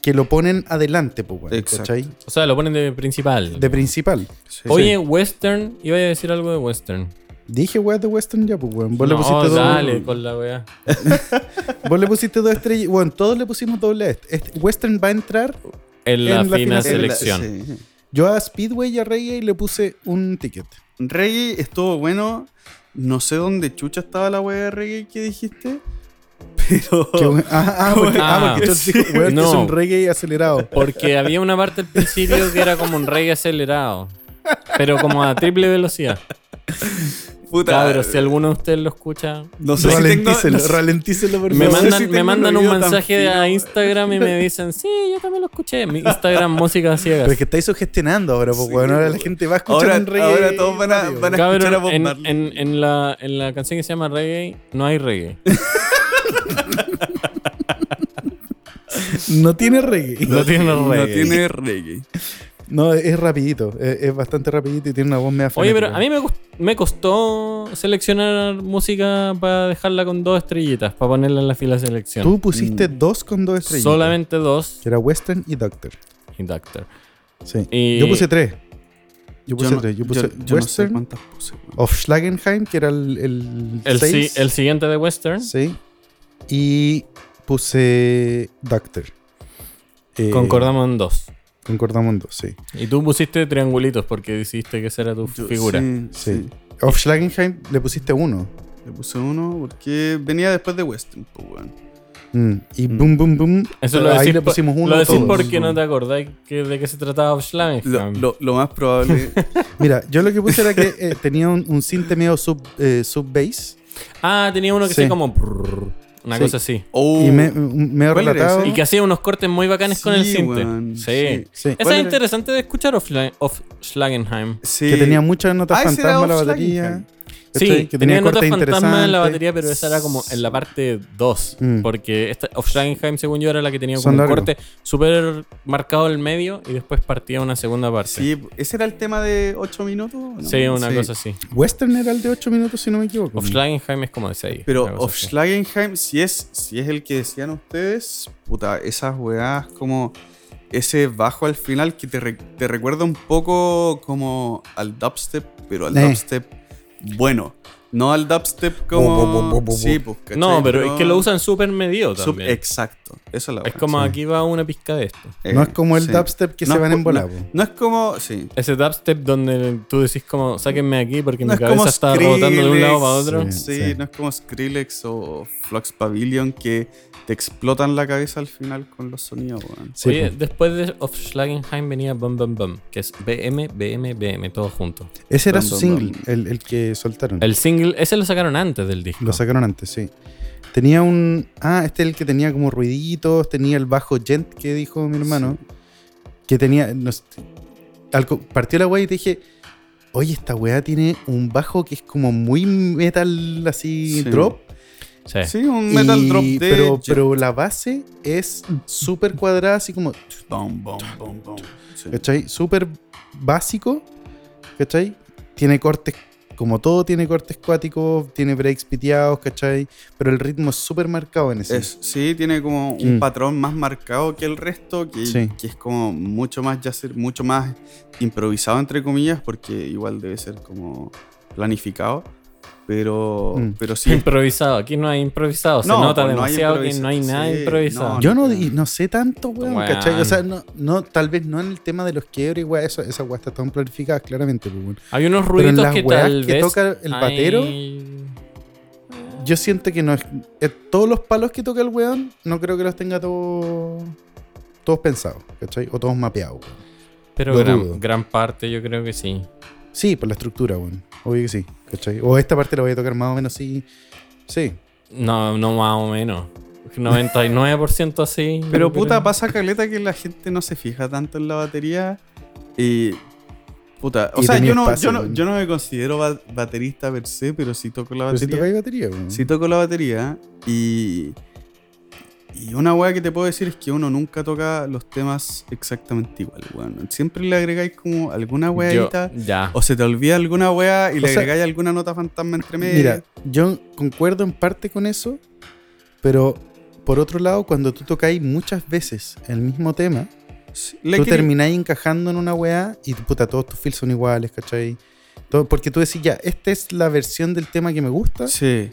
[SPEAKER 3] que lo ponen adelante, pues, weón,
[SPEAKER 4] Exacto.
[SPEAKER 3] ¿cachai?
[SPEAKER 2] O sea, lo ponen de principal.
[SPEAKER 3] De principal.
[SPEAKER 4] Sí.
[SPEAKER 2] Oye, Western, iba a decir algo de Western.
[SPEAKER 3] Dije, weón, de Western ya, pues, weón. Vos, le,
[SPEAKER 2] No,
[SPEAKER 3] pusiste dos-
[SPEAKER 2] dale con la weá.
[SPEAKER 3] vos le pusiste dos estrellas. Bueno, todos le pusimos doble a este. Este- Western va a entrar.
[SPEAKER 2] En la
[SPEAKER 3] En
[SPEAKER 2] fina
[SPEAKER 3] la final-
[SPEAKER 4] En la-
[SPEAKER 2] selección.
[SPEAKER 4] sí.
[SPEAKER 3] Yo a Speedway y a Reggae le puse un ticket.
[SPEAKER 4] Reggae estuvo bueno. No sé dónde chucha estaba la weá de reggae que dijiste, pero...
[SPEAKER 3] Que, weón- ah, ah, porque, ah,
[SPEAKER 2] Ah,
[SPEAKER 3] porque Chon dijo, weón, que es
[SPEAKER 2] No.
[SPEAKER 3] un reggae acelerado.
[SPEAKER 2] Porque había una parte al principio que era como un reggae acelerado. Pero como a triple velocidad.
[SPEAKER 4] Puta,
[SPEAKER 2] Cabros, si alguno de ustedes lo escucha,
[SPEAKER 4] no sé si tengo-
[SPEAKER 3] Ralentícelo,
[SPEAKER 4] no sé-
[SPEAKER 3] ralentícelo, por
[SPEAKER 2] me
[SPEAKER 3] favor.
[SPEAKER 4] sé
[SPEAKER 2] mandan,
[SPEAKER 4] si
[SPEAKER 2] me
[SPEAKER 4] tengo
[SPEAKER 2] mandan
[SPEAKER 4] el
[SPEAKER 2] un
[SPEAKER 4] oído tan
[SPEAKER 2] mensaje
[SPEAKER 4] fino.
[SPEAKER 2] a Instagram y me dicen, sí, yo también lo escuché. Mi Instagram, música
[SPEAKER 3] Pero
[SPEAKER 2] ciegas.
[SPEAKER 3] es que estáis sugestionando ahora, pues,
[SPEAKER 4] Sí,
[SPEAKER 3] weón. Ahora la
[SPEAKER 4] weón.
[SPEAKER 3] gente va a escuchar
[SPEAKER 4] Ahora-
[SPEAKER 3] un reggae.
[SPEAKER 4] ahora todos van a-
[SPEAKER 3] rápido.
[SPEAKER 4] van a-
[SPEAKER 2] Cabros,
[SPEAKER 4] escuchar Bob
[SPEAKER 2] en,
[SPEAKER 4] Marley.
[SPEAKER 2] en- en la, en la canción que se llama Reggae, no hay reggae.
[SPEAKER 3] No tiene reggae.
[SPEAKER 2] No tiene
[SPEAKER 4] No
[SPEAKER 2] reggae.
[SPEAKER 4] tiene reggae.
[SPEAKER 3] No, es rapidito. Es, es bastante rapidito y tiene una voz media
[SPEAKER 2] Oye, pero
[SPEAKER 3] frenética.
[SPEAKER 2] a mí me, cos- me costó seleccionar música para dejarla con dos estrellitas, para ponerla en la fila de selección.
[SPEAKER 3] Tú pusiste
[SPEAKER 4] Mm.
[SPEAKER 3] dos con dos estrellas.
[SPEAKER 2] Solamente dos
[SPEAKER 3] Que era Western y Doctor.
[SPEAKER 2] y Doctor.
[SPEAKER 3] Sí.
[SPEAKER 2] Y-
[SPEAKER 3] Yo puse tres. Yo puse
[SPEAKER 4] no-
[SPEAKER 3] tres. Yo puse
[SPEAKER 4] yo no sé
[SPEAKER 3] Western
[SPEAKER 4] cuántas puse, weón.
[SPEAKER 3] of Schlagenheim, que era el, el,
[SPEAKER 2] El, si-
[SPEAKER 3] seis.
[SPEAKER 2] el siguiente de Western.
[SPEAKER 3] Sí. Y puse Doctor. Eh,
[SPEAKER 2] Concordamos en dos.
[SPEAKER 3] Concordamos en dos, sí.
[SPEAKER 2] Y tú pusiste triangulitos porque decidiste que esa era tu
[SPEAKER 4] Yo-
[SPEAKER 2] figura.
[SPEAKER 4] Sí,
[SPEAKER 3] Sí.
[SPEAKER 4] sí.
[SPEAKER 3] Of Schlagenheim le pusiste uno.
[SPEAKER 4] Le puse uno porque venía después de Western, pues, weón.
[SPEAKER 3] Mm, Y
[SPEAKER 4] Mm.
[SPEAKER 3] boom, boom, boom.
[SPEAKER 2] Eso lo
[SPEAKER 3] ahí
[SPEAKER 2] decís,
[SPEAKER 3] le
[SPEAKER 2] po-
[SPEAKER 3] pusimos uno.
[SPEAKER 2] lo
[SPEAKER 3] a
[SPEAKER 2] decís
[SPEAKER 3] todos.
[SPEAKER 2] porque no te acordáis que- de qué se trataba
[SPEAKER 4] Lo,
[SPEAKER 2] Schlagenheim.
[SPEAKER 4] lo- lo más probable.
[SPEAKER 3] Mira, yo lo que puse era que eh, tenía un, un sinte medio sub, eh, sub bass
[SPEAKER 2] Ah, tenía uno que
[SPEAKER 3] Sí.
[SPEAKER 2] hacía como... prrr, una
[SPEAKER 3] Sí.
[SPEAKER 2] cosa así.
[SPEAKER 4] Oh,
[SPEAKER 3] y me, un- medio
[SPEAKER 4] ¿Cuál era
[SPEAKER 3] relatado.
[SPEAKER 4] ese?
[SPEAKER 2] Y que hacía unos cortes muy bacanes con el
[SPEAKER 4] Sí,
[SPEAKER 2] cinte.
[SPEAKER 4] weón,
[SPEAKER 2] sí.
[SPEAKER 3] Sí,
[SPEAKER 2] Eso
[SPEAKER 4] ¿Cuál
[SPEAKER 2] es
[SPEAKER 4] era?
[SPEAKER 2] interesante de escuchar of, Schla- of Schlagenheim.
[SPEAKER 4] sí.
[SPEAKER 3] que tenía muchas notas
[SPEAKER 4] Ah, ese era
[SPEAKER 3] fantasma la
[SPEAKER 4] Off
[SPEAKER 3] batería.
[SPEAKER 4] Schlagenheim.
[SPEAKER 2] Sí,
[SPEAKER 3] ¿cachai?
[SPEAKER 2] que tenía, notas
[SPEAKER 3] Este cortes
[SPEAKER 2] fantasma en la
[SPEAKER 3] interesantes.
[SPEAKER 2] batería, pero esa era como en la parte 2.
[SPEAKER 3] Mm.
[SPEAKER 2] Porque esta, of Schlagenheim, según yo, era la que tenía como
[SPEAKER 3] Son
[SPEAKER 2] un
[SPEAKER 3] largos.
[SPEAKER 2] corte súper marcado el medio y después partía una segunda parte. Sí,
[SPEAKER 4] Sí, ese era el tema de 8 minutos. ¿o no?
[SPEAKER 2] una
[SPEAKER 3] Sí. Mm.
[SPEAKER 2] cosa así.
[SPEAKER 3] Western era el de 8 minutos, si no me equivoco.
[SPEAKER 2] Of Schlagenheim es como de 6.
[SPEAKER 4] Pero Of Schlagenheim, si es, si es el que decían ustedes, puta, esas weás como ese bajo al final que te, re- te recuerda un poco como al dubstep, pero al
[SPEAKER 3] Eh.
[SPEAKER 4] dubstep bueno. No al dubstep como.
[SPEAKER 3] Bu, bu, bu, bu, bu.
[SPEAKER 4] Sí, pues, ¿cachai?
[SPEAKER 2] No, pero es que lo usan súper medido
[SPEAKER 4] sub-
[SPEAKER 2] también.
[SPEAKER 4] Exacto. Esa es la
[SPEAKER 2] es
[SPEAKER 4] weá,
[SPEAKER 2] como
[SPEAKER 4] sí.
[SPEAKER 2] aquí va una pizca de esto.
[SPEAKER 4] Eh,
[SPEAKER 3] no es como el
[SPEAKER 4] sí.
[SPEAKER 3] dubstep que
[SPEAKER 4] No
[SPEAKER 3] se
[SPEAKER 4] es
[SPEAKER 3] van
[SPEAKER 4] co-
[SPEAKER 3] en volado.
[SPEAKER 4] No, no es como. Sí.
[SPEAKER 2] Ese dubstep donde tú decís como, sáquenme aquí porque
[SPEAKER 4] No
[SPEAKER 2] mi
[SPEAKER 4] es como
[SPEAKER 2] cabeza está rebotando de un lado para
[SPEAKER 4] Skrillex,
[SPEAKER 2] otro.
[SPEAKER 3] Sí.
[SPEAKER 4] Sí, no es como Skrillex o Flux Pavilion que te explotan la cabeza al final con los sonidos, weón.
[SPEAKER 3] Sí,
[SPEAKER 2] Oye,
[SPEAKER 3] pues.
[SPEAKER 2] después de Of Schlagenheim venía Bum Bum Bum, que es BM, BM, BM, todo junto.
[SPEAKER 3] Ese era
[SPEAKER 4] Dum,
[SPEAKER 3] su
[SPEAKER 4] dum,
[SPEAKER 3] single,
[SPEAKER 4] dum.
[SPEAKER 3] el, el que soltaron.
[SPEAKER 2] El single, ese lo sacaron antes del disco.
[SPEAKER 3] Lo sacaron antes, sí. Tenía un. Ah, este es el que tenía como ruiditos, tenía el bajo gent que dijo mi hermano. Que tenía. no sé, al co- partió la weá y te dije. Oye, esta weá tiene un bajo que es como muy metal así
[SPEAKER 4] Sí.
[SPEAKER 3] drop.
[SPEAKER 2] Sí.
[SPEAKER 4] Sí, un metal
[SPEAKER 3] y-
[SPEAKER 4] drop de.
[SPEAKER 3] pero, pero la base es súper cuadrada, así como.
[SPEAKER 4] Bum, bum, bum, bum. Sí.
[SPEAKER 3] ¿Cachai? Súper básico. ¿Cachai? Tiene cortes. Como todo tiene cortes cuáticos, tiene breaks piteados, ¿cachai? Pero el ritmo es súper marcado en ese.
[SPEAKER 4] Es- sí, tiene como un
[SPEAKER 3] Mm.
[SPEAKER 4] patrón más marcado que el resto, que,
[SPEAKER 3] Sí.
[SPEAKER 4] que es como mucho más jazzer, mucho más improvisado, entre comillas, porque igual debe ser como planificado. Pero,
[SPEAKER 3] Mm.
[SPEAKER 4] pero sí.
[SPEAKER 2] Improvisado, aquí no hay improvisado, se
[SPEAKER 4] No,
[SPEAKER 2] nota
[SPEAKER 4] pues no hay
[SPEAKER 2] demasiado que
[SPEAKER 4] improvisa-
[SPEAKER 2] no hay nada
[SPEAKER 4] sí,
[SPEAKER 2] improvisado.
[SPEAKER 4] no,
[SPEAKER 3] Yo no, y no sé tanto, weón,
[SPEAKER 2] Weón.
[SPEAKER 3] ¿cachai? O sea, no, no, tal vez no en el tema de los quiebres, weón. Esas esa weas están planificadas, claramente, pues, weón.
[SPEAKER 2] Hay unos
[SPEAKER 3] Pero en
[SPEAKER 2] ruiditos
[SPEAKER 3] las
[SPEAKER 2] que
[SPEAKER 3] weas
[SPEAKER 2] tal
[SPEAKER 3] que
[SPEAKER 2] vez
[SPEAKER 3] toca el
[SPEAKER 2] hay-
[SPEAKER 3] batero, yo siento que no es. eh, todos los palos que toca el weón, no creo que los tenga todos. Todos pensados, ¿cachai? O todos mapeados, weón.
[SPEAKER 2] Pero
[SPEAKER 3] lo dudo.
[SPEAKER 2] gran, gran parte yo creo que sí.
[SPEAKER 3] Sí, por la estructura, weón. Obvio que sí, ¿cachai? O esta parte la voy a tocar más o menos así. Sí,
[SPEAKER 2] No, no más o menos. 99% así.
[SPEAKER 4] Pero puta, pasa caleta que la gente no se fija tanto en la batería. Y. Puta, o
[SPEAKER 3] Y
[SPEAKER 4] sea,
[SPEAKER 3] tenía
[SPEAKER 4] yo no,
[SPEAKER 3] espacio
[SPEAKER 4] yo, no,
[SPEAKER 3] también.
[SPEAKER 4] yo no me considero ba- baterista per se, pero sí toco la
[SPEAKER 3] Pero si
[SPEAKER 4] batería.
[SPEAKER 3] tocáis batería, weón.
[SPEAKER 4] Sí toco la batería y. Y una weá que te puedo decir es que uno nunca toca los temas exactamente igual, weón. Siempre le agregáis como alguna
[SPEAKER 2] Yo-
[SPEAKER 4] weadita.
[SPEAKER 2] ya.
[SPEAKER 4] O se te olvida alguna weá y
[SPEAKER 3] O
[SPEAKER 4] le
[SPEAKER 3] sea-
[SPEAKER 4] agregáis alguna nota fantasma entre medio.
[SPEAKER 3] Mira, yo concuerdo en parte con eso, pero por otro lado, cuando tú tocáis muchas veces el mismo tema,
[SPEAKER 4] Sí, le
[SPEAKER 3] tú
[SPEAKER 4] querí-
[SPEAKER 3] termináis encajando en una weá y puta, todos tus feels son iguales, ¿cachai? Todo- porque tú decís, ya, esta es la versión del tema que me gusta,
[SPEAKER 4] Sí.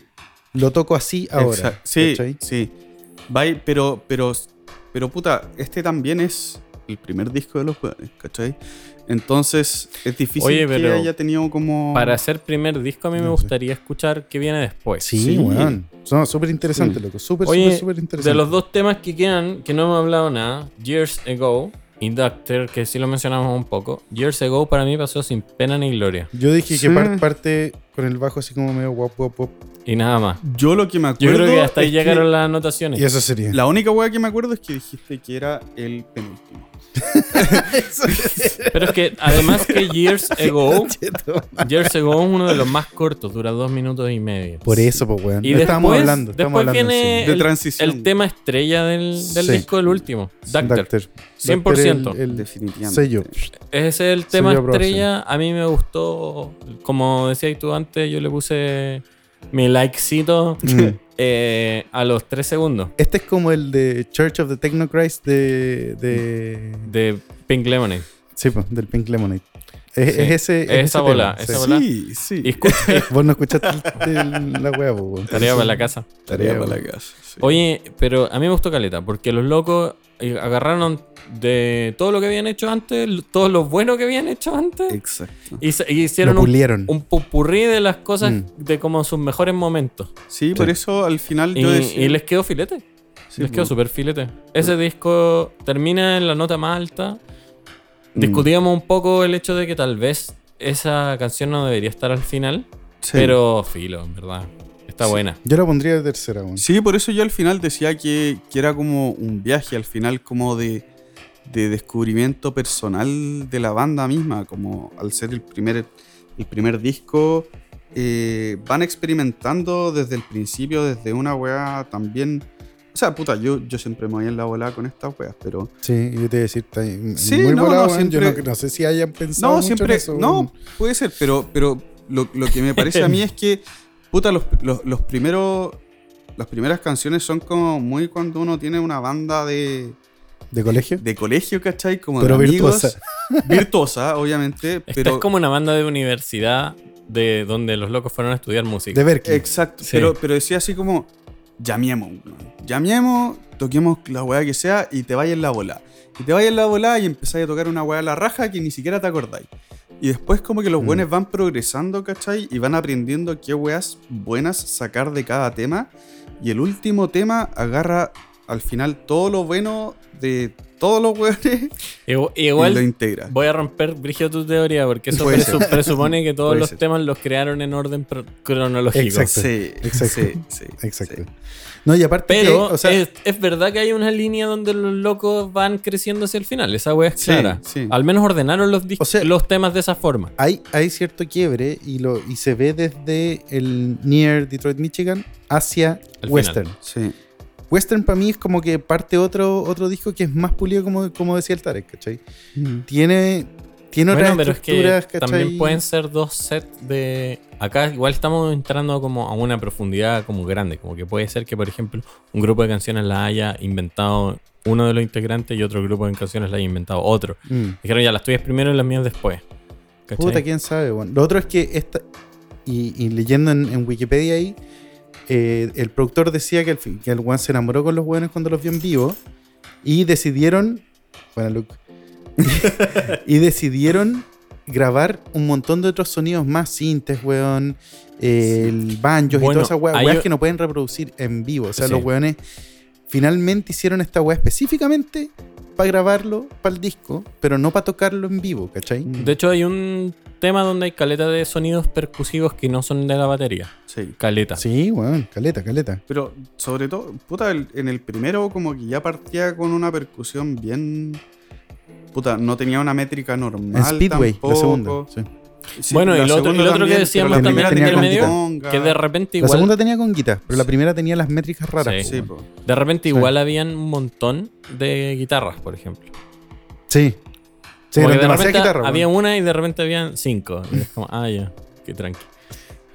[SPEAKER 3] lo toco así ahora.
[SPEAKER 4] Exacto. Sí,
[SPEAKER 3] ¿cachai?
[SPEAKER 4] sí. Vai, pero, pero, pero puta, este también es el primer disco de los weones, ¿cachai? Entonces es difícil
[SPEAKER 2] Oye,
[SPEAKER 4] que
[SPEAKER 2] pero
[SPEAKER 4] haya tenido como.
[SPEAKER 2] Para hacer primer disco, a mí me
[SPEAKER 3] No sé.
[SPEAKER 2] gustaría escuchar qué viene después.
[SPEAKER 3] Sí,
[SPEAKER 4] Sí.
[SPEAKER 3] weón. No, súper interesante,
[SPEAKER 4] Sí.
[SPEAKER 3] loco. Súper,
[SPEAKER 2] Oye,
[SPEAKER 3] súper, súper interesante.
[SPEAKER 2] De los dos temas que quedan, que no hemos hablado nada, Years Ago y Doctor, que sí lo mencionamos un poco. Years Ago para mí pasó sin pena ni gloria.
[SPEAKER 3] Yo dije
[SPEAKER 4] Sí.
[SPEAKER 3] que par- parte con el bajo así como medio guap, guap, guap.
[SPEAKER 2] Y nada más.
[SPEAKER 4] Yo lo que me
[SPEAKER 2] Yo
[SPEAKER 4] acuerdo.
[SPEAKER 2] creo que hasta ahí
[SPEAKER 4] es que
[SPEAKER 2] llegaron las anotaciones.
[SPEAKER 3] Y eso sería.
[SPEAKER 4] La única weá que me acuerdo es que dijiste que era el penúltimo.
[SPEAKER 2] Pero es que además que Years Ago, Years Ago es uno de los más cortos, dura dos minutos y medio.
[SPEAKER 3] Por eso, pues, weón.
[SPEAKER 2] Y
[SPEAKER 3] Lo
[SPEAKER 2] después,
[SPEAKER 3] estábamos hablando.
[SPEAKER 2] después
[SPEAKER 3] estábamos hablando,
[SPEAKER 2] viene
[SPEAKER 4] De
[SPEAKER 2] el,
[SPEAKER 4] transición.
[SPEAKER 2] el tema estrella del, del
[SPEAKER 3] Sí.
[SPEAKER 2] disco, el último,
[SPEAKER 3] sí.
[SPEAKER 2] Doctor.
[SPEAKER 3] Doctor.
[SPEAKER 2] 100%.
[SPEAKER 3] Doctor, el- el
[SPEAKER 4] Definitivamente.
[SPEAKER 3] sello.
[SPEAKER 2] Ese es el tema
[SPEAKER 3] Sello aprobación.
[SPEAKER 2] estrella. A mí me gustó, como decías tú antes, yo le puse mi likecito
[SPEAKER 3] Mm.
[SPEAKER 2] eh, a los tres segundos
[SPEAKER 3] Este es como el de Church of the Technochrist de, de,
[SPEAKER 2] de Pink Lemonade.
[SPEAKER 3] Sí, pues, del Pink Lemonade. Es,
[SPEAKER 2] Sí.
[SPEAKER 3] es ese. es
[SPEAKER 2] Esa
[SPEAKER 3] ese
[SPEAKER 2] bola,
[SPEAKER 3] tema,
[SPEAKER 2] esa
[SPEAKER 3] sí.
[SPEAKER 2] bola.
[SPEAKER 4] Sí, sí.
[SPEAKER 2] Y escucha,
[SPEAKER 3] Vos no escuchaste el- el- la hueá, pues, weón.
[SPEAKER 2] tarea para la casa.
[SPEAKER 4] Tarea
[SPEAKER 3] Tarea,
[SPEAKER 4] para la
[SPEAKER 3] weón.
[SPEAKER 4] casa. sí.
[SPEAKER 2] Oye, pero a mí me gustó Caleta, porque los locos eh, agarraron de todo lo que habían hecho antes, l- todo lo bueno que habían hecho antes,
[SPEAKER 4] Exacto.
[SPEAKER 2] y, se- y
[SPEAKER 3] Lo
[SPEAKER 2] hicieron un,
[SPEAKER 3] pulieron.
[SPEAKER 2] un pupurrí de las cosas
[SPEAKER 3] Mm.
[SPEAKER 2] de como sus mejores momentos.
[SPEAKER 4] Sí, por eso al final
[SPEAKER 2] Y,
[SPEAKER 4] yo decía.
[SPEAKER 2] y les quedó filete.
[SPEAKER 4] Sí,
[SPEAKER 2] les quedó
[SPEAKER 4] pues.
[SPEAKER 2] súper filete. Ese disco termina en la nota más alta.
[SPEAKER 4] Mm.
[SPEAKER 2] Discutíamos un poco el hecho de que tal vez esa canción no debería estar al final,
[SPEAKER 4] Sí.
[SPEAKER 2] pero filo, en verdad. Está buena.
[SPEAKER 3] Yo la pondría de tercera, weón.
[SPEAKER 4] Sí, por eso yo al final decía que, que era como un viaje, al final como de, de descubrimiento personal de la banda misma, como al ser el primer, el primer disco, eh, van experimentando desde el principio, desde una weá también... O sea, puta, yo, yo siempre me voy en la bola con estas weas, pero...
[SPEAKER 3] Sí, yo te iba a decir, está ahí
[SPEAKER 4] Sí,
[SPEAKER 3] muy
[SPEAKER 4] no,
[SPEAKER 3] volado,
[SPEAKER 4] no,
[SPEAKER 3] weón. Yo no,
[SPEAKER 4] siempre-
[SPEAKER 3] no sé si hayan pensado.
[SPEAKER 4] No,
[SPEAKER 3] mucho en
[SPEAKER 4] siempre...
[SPEAKER 3] eso, weón.
[SPEAKER 4] no, puede ser, pero, pero lo, lo que me parece a mí es que, puta, los, los, los primeros... Las primeras canciones son como muy cuando uno tiene una banda de,
[SPEAKER 3] ¿De colegio?
[SPEAKER 4] de colegio, ¿cachai? Como
[SPEAKER 3] Pero
[SPEAKER 4] de amigos.
[SPEAKER 3] virtuosa.
[SPEAKER 4] Virtuosa, obviamente.
[SPEAKER 2] Esta
[SPEAKER 4] pero,
[SPEAKER 2] es como una banda de universidad de donde los locos fueron a estudiar música.
[SPEAKER 3] De Berkeley.
[SPEAKER 4] Exacto.
[SPEAKER 2] Sí.
[SPEAKER 4] Pero, pero decía así como, llamemos, weón. llamemos, toquemos la weá que sea y te vayas en la bola. Y te vayas en la bola y empezáis a tocar una weá a la raja que ni siquiera te acordáis. Y después como que los
[SPEAKER 3] Mm.
[SPEAKER 4] buenos van progresando, ¿cachai? Y van aprendiendo qué weas buenas sacar de cada tema. Y el último tema agarra al final todo lo bueno de todos los weones
[SPEAKER 2] Igu-
[SPEAKER 4] y lo
[SPEAKER 2] Igual
[SPEAKER 4] integra.
[SPEAKER 2] voy a romper, Brigio, tu teoría, porque eso
[SPEAKER 4] Puede ser.
[SPEAKER 2] presu- presupone que todos
[SPEAKER 4] Puede
[SPEAKER 2] los
[SPEAKER 4] ser.
[SPEAKER 2] temas los crearon en orden pro- cronológico.
[SPEAKER 3] Exacto.
[SPEAKER 4] Sí,
[SPEAKER 3] Exacto.
[SPEAKER 4] sí, sí,
[SPEAKER 3] Exacto.
[SPEAKER 4] sí.
[SPEAKER 3] No, y aparte.
[SPEAKER 2] Pero
[SPEAKER 3] que, o sea,
[SPEAKER 2] es, es verdad que hay una línea donde los locos van creciendo hacia el final. Esa wea es
[SPEAKER 4] Sí,
[SPEAKER 2] clara.
[SPEAKER 4] sí.
[SPEAKER 2] Al menos ordenaron los, dis-
[SPEAKER 3] O sea-
[SPEAKER 2] los temas de esa forma.
[SPEAKER 3] hay, hay cierto quiebre y, lo, y se ve desde el Near Detroit, Michigan, hacia
[SPEAKER 2] Al
[SPEAKER 3] Western.
[SPEAKER 4] Sí,
[SPEAKER 3] Western para mí es como que parte otro, otro disco que es más pulido, como, como decía el Tarek, ¿cachai? Tiene, tiene
[SPEAKER 2] Bueno,
[SPEAKER 3] otras
[SPEAKER 2] pero es que
[SPEAKER 3] estructuras, ¿cachai?
[SPEAKER 2] también pueden ser dos sets de... Acá igual estamos entrando como a una profundidad como grande. Como que puede ser que, por ejemplo, un grupo de canciones la haya inventado uno de los integrantes y otro grupo de canciones la haya inventado otro.
[SPEAKER 3] Mm.
[SPEAKER 2] Dijeron, ya, las tuyas primero y las mías después. ¿Cachai?
[SPEAKER 3] Puta, quién sabe, bueno. Lo otro es que esta. Y, y leyendo en, en Wikipedia ahí, eh, el productor decía que el, fi- que el weón se enamoró con los weones cuando los vio en vivo. Y decidieron. Bueno, Luke. y decidieron grabar un montón de otros sonidos más sintes, weón. El banjo y
[SPEAKER 2] Bueno,
[SPEAKER 3] toda esa weá.
[SPEAKER 2] hay
[SPEAKER 3] Weas
[SPEAKER 2] o-
[SPEAKER 3] que no pueden reproducir en vivo. O sea,
[SPEAKER 2] Sí.
[SPEAKER 3] los weones finalmente hicieron esta weá específicamente para grabarlo para el disco, pero no para tocarlo en vivo, ¿cachai?
[SPEAKER 2] De hecho, hay un tema donde hay caleta de sonidos percusivos que no son de la batería.
[SPEAKER 4] Sí.
[SPEAKER 2] Caleta.
[SPEAKER 3] Sí, weón, caleta, caleta.
[SPEAKER 4] Pero sobre todo, puta, el- en el primero como que ya partía con una percusión bien... Puta, no tenía una métrica
[SPEAKER 3] En
[SPEAKER 4] normal
[SPEAKER 3] Speedway,
[SPEAKER 4] tampoco.
[SPEAKER 3] la segunda. sí.
[SPEAKER 4] Sí,
[SPEAKER 2] Bueno, y
[SPEAKER 4] la
[SPEAKER 2] lo otro-
[SPEAKER 4] segunda
[SPEAKER 2] y lo otro que
[SPEAKER 4] pero
[SPEAKER 2] decíamos
[SPEAKER 4] la
[SPEAKER 3] también
[SPEAKER 4] primera
[SPEAKER 3] en el
[SPEAKER 4] tenía con
[SPEAKER 3] medio,
[SPEAKER 4] conga.
[SPEAKER 2] Que de repente
[SPEAKER 3] La
[SPEAKER 2] igual
[SPEAKER 3] segunda tenía con guitarra, pero la primera tenía las métricas raras.
[SPEAKER 2] Sí.
[SPEAKER 4] Sí,
[SPEAKER 3] Sí,
[SPEAKER 4] po.
[SPEAKER 2] De repente
[SPEAKER 3] Sí.
[SPEAKER 2] igual habían un montón de guitarras, por ejemplo.
[SPEAKER 3] sí.
[SPEAKER 2] Como que
[SPEAKER 3] eran
[SPEAKER 2] de
[SPEAKER 3] demasiadas
[SPEAKER 2] repente
[SPEAKER 3] guitarras,
[SPEAKER 2] había
[SPEAKER 3] weón.
[SPEAKER 2] una y de repente habían cinco. Y es como, ah, ya, qué tranqui.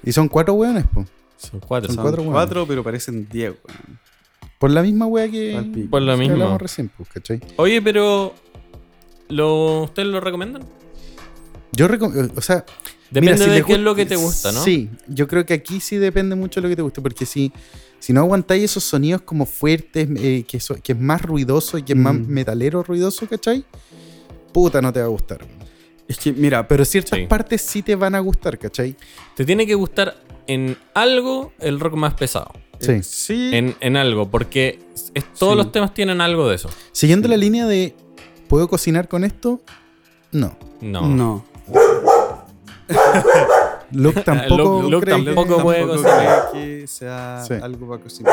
[SPEAKER 3] Y son cuatro weones, po.
[SPEAKER 2] Son cuatro.
[SPEAKER 4] Son
[SPEAKER 3] Son cuatro,
[SPEAKER 4] cuatro,
[SPEAKER 3] weón.
[SPEAKER 4] pero parecen diez, weón.
[SPEAKER 3] Por la misma wea que,
[SPEAKER 4] Al pico.
[SPEAKER 2] Por lo
[SPEAKER 3] que
[SPEAKER 2] mismo.
[SPEAKER 3] hablamos recién, pues, ¿cachai?
[SPEAKER 2] Oye, pero. ¿lo, ¿Ustedes lo recomiendan?
[SPEAKER 3] Yo recom- o sea,
[SPEAKER 2] Depende
[SPEAKER 3] Mira, si
[SPEAKER 2] de
[SPEAKER 3] le
[SPEAKER 2] qué es
[SPEAKER 3] gust-
[SPEAKER 2] lo que te gusta, ¿no?
[SPEAKER 3] Sí, yo creo que aquí sí depende mucho de lo que te guste, porque si, si no aguantáis esos sonidos como fuertes, eh, que, so- que es más ruidoso y que es más
[SPEAKER 4] Mm.
[SPEAKER 3] metalero ruidoso, ¿cachai? Puta, no te va a gustar.
[SPEAKER 4] Es que, mira,
[SPEAKER 3] Pero ciertas
[SPEAKER 2] Sí.
[SPEAKER 3] partes sí te van a gustar, ¿cachai?
[SPEAKER 2] Te tiene que gustar en algo el rock más pesado.
[SPEAKER 3] Sí.
[SPEAKER 4] eh, sí,
[SPEAKER 2] En, en algo, porque es- todos
[SPEAKER 4] Sí.
[SPEAKER 2] los temas tienen algo de eso.
[SPEAKER 3] Siguiendo la línea de ¿puedo cocinar con esto? No.
[SPEAKER 2] No.
[SPEAKER 4] no.
[SPEAKER 3] Luke tampoco.
[SPEAKER 2] Luke
[SPEAKER 3] cree que-
[SPEAKER 2] tampoco puede
[SPEAKER 4] cocinar. que sea
[SPEAKER 3] Sí.
[SPEAKER 4] algo para cocinar.